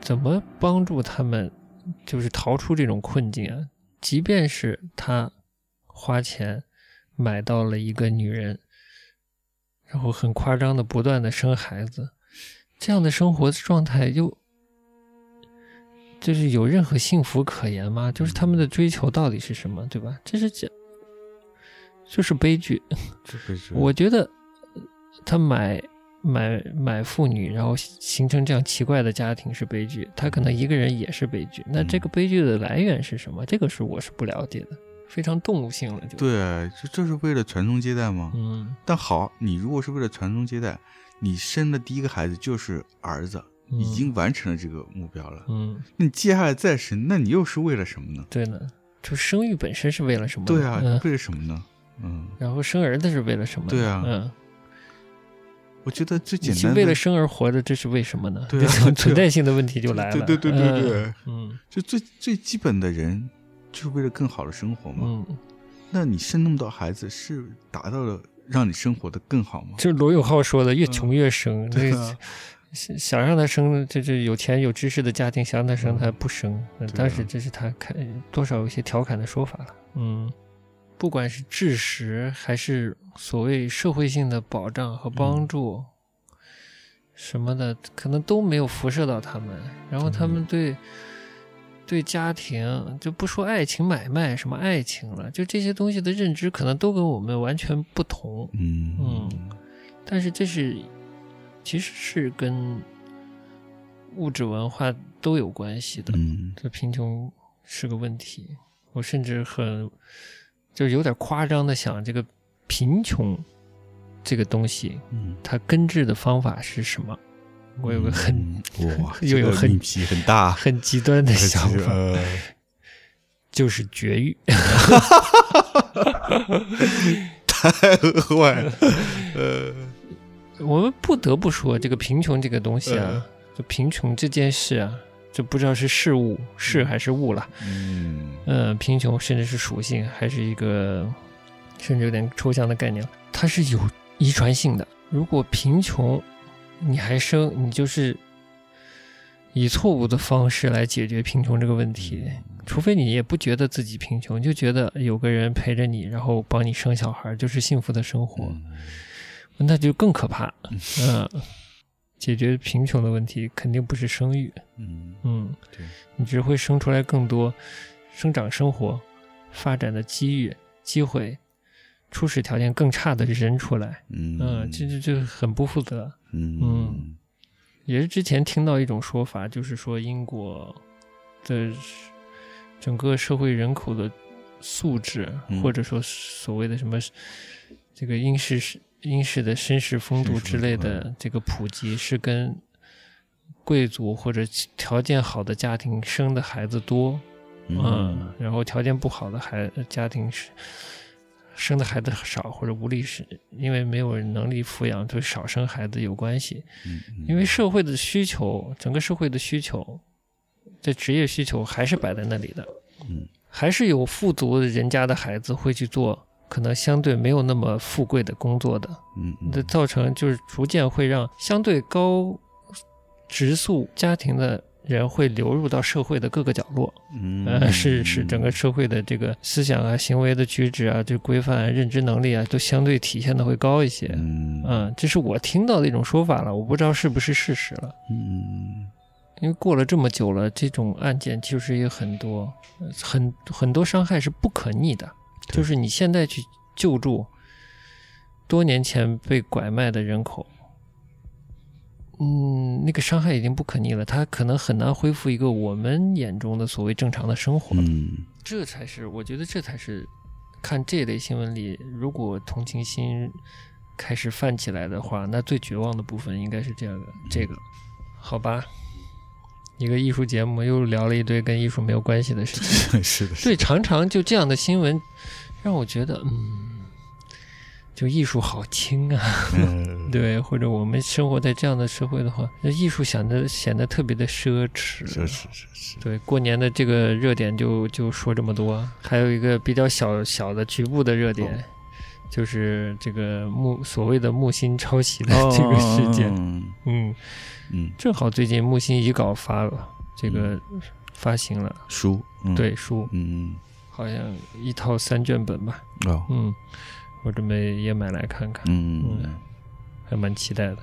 怎么帮助他们就是逃出这种困境啊？即便是他花钱买到了一个女人，然后很夸张的不断的生孩子，这样的生活状态又就是有任何幸福可言吗？就是他们的追求到底是什么，对吧？这是这就是悲剧。这个是我觉得呃他买买买妇女，然后形成这样奇怪的家庭是悲剧，他可能一个人也是悲剧。嗯那这个悲剧的来源是什么？这个是我是不了解的，非常动物性了就。，对，这这是为了传宗接代吗？嗯但好，你如果是为了传宗接代，你生的第一个孩子就是儿子，嗯已经完成了这个目标了。嗯，那你接下来再生，那你又是为了什么呢？对呢，就生育本身是为了什么呢？对啊，嗯，为了什么呢？嗯，然后生儿子是为了什么呢？对啊嗯，我觉得最你简是单的，为了生而活着，这是为什么呢？对啊这对啊种存在性的问题就来了。对对对对对嗯就最最基本的人，就是为了更好的生活嘛。嗯嗯那你生那么多孩子，是达到了让你生活的更好吗？就是罗永浩说的，越穷越生。那嗯对个啊，想想让他生，就是有钱有知识的家庭，想让他生，他不生。嗯那对啊当时这是他看多少有一些调侃的说法了。嗯，不管是知识还是所谓社会性的保障和帮嗯助什么的，可能都没有辐射到他们。然后他嗯们对对家庭，就不说爱情买卖什么爱情了，就这些东西的认知，可能都跟我们完全不同。嗯嗯但是这是其实是跟物质文化都有关系的。嗯这贫穷是个问题，我甚至很就是有点夸张的想，这个贫穷这个东西，嗯，它根治的方法是什么？我有个很嗯哇，又有这个很命题很大，很极端嗯的想这个法，呃就是绝育。 太额外了，我们不得不说，这个贫穷这个东西啊，就贫穷这件事啊，就不知道是事物是还是物了。嗯呃，贫穷甚至是属性，还是一个甚至有点抽象的概念，它是有遗传性的。如果贫穷你还生，你就是以错误的方式来解决贫穷这个问题，除非你也不觉得自己贫穷，就觉得有个人陪着你，然后帮你生小孩，就是幸福的生活，嗯那就更可怕。嗯、解决贫穷的问题肯定不是生育，嗯，嗯，对你只会生出来更多生长、生活、发展的机遇、机会，初始条件更差的人出来，嗯嗯，这这这很不负责。嗯嗯也是之前听到一种说法，就是说英国的整个社会人口的素质，嗯或者说所谓的什么这个英式英式的绅士风绅度士之类风度嗯的这个普及，是跟贵族或者条件好的家庭生的孩子多，嗯，然后条件不好的孩家庭是生的孩子少或者无力是，因为没有能力抚养，就少生孩子有关系。嗯因为社会的需求，整个社会的需求，这职业需求还是摆在那里的。嗯，还是有富足人家的孩子会去做可能相对没有那么富贵的工作的，嗯这造成就是逐渐会让相对高职素家庭的人会流入到社会的各个角落。嗯呃，是是，整个社会的这个思想啊、行为的举止啊、这规范啊、认知能力啊，都相对体现的会高一些。嗯嗯，这是我听到的一种说法了，我不知道是不是事实了。嗯因为过了这么久了，这种案件其实也很多，呃很很多伤害是不可逆的。对就是你现在去救助多年前被拐卖的人口，嗯，那个伤害已经不可逆了，他可能很难恢复一个我们眼中的所谓正常的生活。嗯这才是我觉得这才是看这类新闻里，如果同情心开始泛起来的话，那最绝望的部分应该是这样的这个，好吧？一个艺术节目又聊了一堆跟艺术没有关系的事情，嗯，是的，是对，常常就这样的新闻让我觉得，嗯，就艺术好轻啊。 的，对，或者我们生活在这样的社会的话，那艺术显得显得特别的奢侈。是是是是，对，过年的这个热点就就说这么多，还有一个比较小小的局部的热点，哦就是这个木所谓的木星抄袭的哦 这个事件。嗯，嗯，正好最近木星遗稿发了，这个发行了，书，对，书嗯好像一套三卷本吧。哦，嗯，我准备也买来看看，嗯还蛮期待的。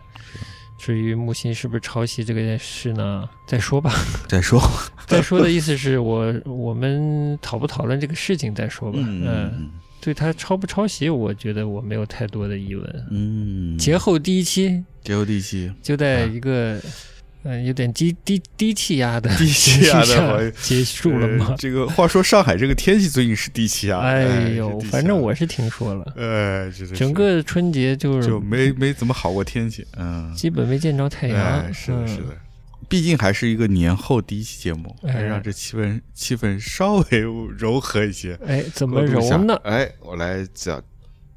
至于木星是不是抄袭这个件事呢，再 说吧。再说，再说的意思是我我们讨不讨论这个事情再说吧。嗯对他抄不抄袭，我觉得我没有太多的疑问。嗯，节后第一期结合地气，就在一个嗯、有点低低低气压的啊低气压的形势下 环结束了吗呃？这个话说上海这个天气最近是低气压，哎呦是，低气压反正我是听说了，呃，真的是整个春节就是就没没怎么好过天气，嗯，基本没见着太阳。哎，是的，嗯是的。毕竟还是一个年后第一期节目，哎还是让这气氛气氛稍微柔和一些。哎，怎怎么揉呢？哎，我来讲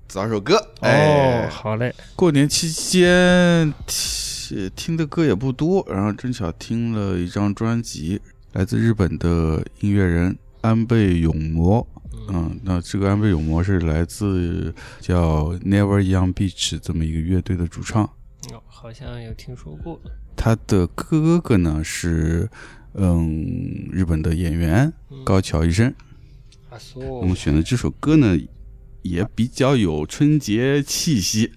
找首歌。哦，哎，好嘞，过年期间听听的歌也不多，然后正巧听了一张专辑，来自日本的音乐人安倍永磨嗯，那这个安倍有魔是来自叫 Never Young Beach 这么一个乐队的主唱，哦好像有听说过。他的哥哥呢是嗯日本的演员高桥医生。啊，我所们选的这首歌呢也比较有春节气息，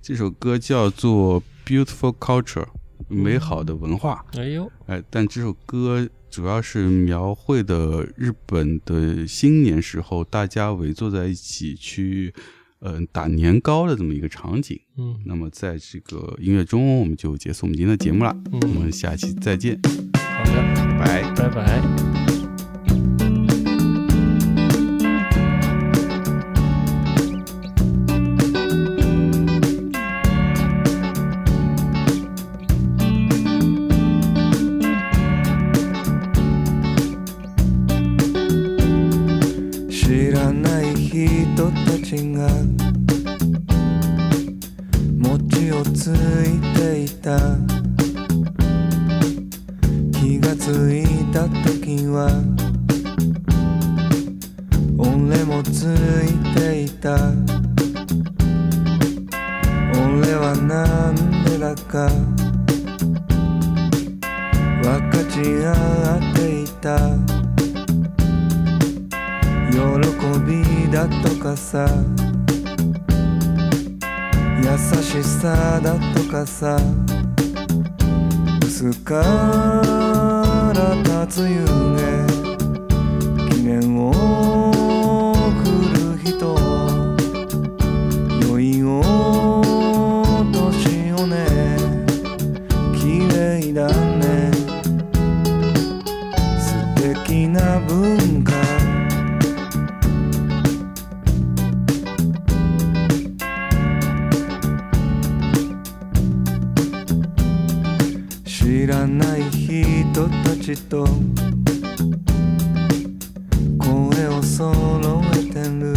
这首歌叫做《Beautiful Culture》美好的文化。哎呦，哎，但这首歌主要是描绘的日本的新年时候，大家围坐在一起去，嗯、打年糕的这么一个场景。嗯那么在这个音乐中，我们就结束我们今天的节目了，嗯我们下期再见，好的，拜拜。拜拜。知らない人たちが餅をついていた気がついた時は俺もついていた俺はなんでだか分かち合っていた喜びだとかさ優しさだとかさ薄から立つ夕げ記念を送る人良いお年をね綺麗だね素敵な文化知らない人たちと声を揃えてる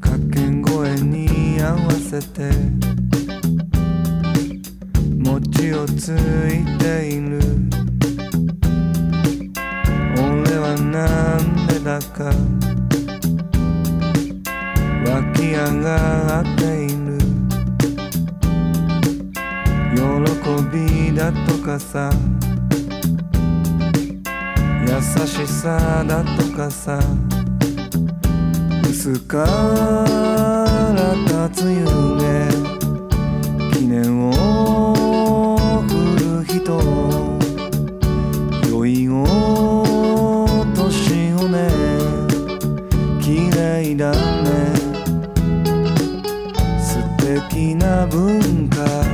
掛け声に合わせて餅をついている俺はなんでだか湧き上がっている喜びだとかさ優しさだとかさ薄から立つ夢記念を送る人良いお年をね綺麗だね素敵な文化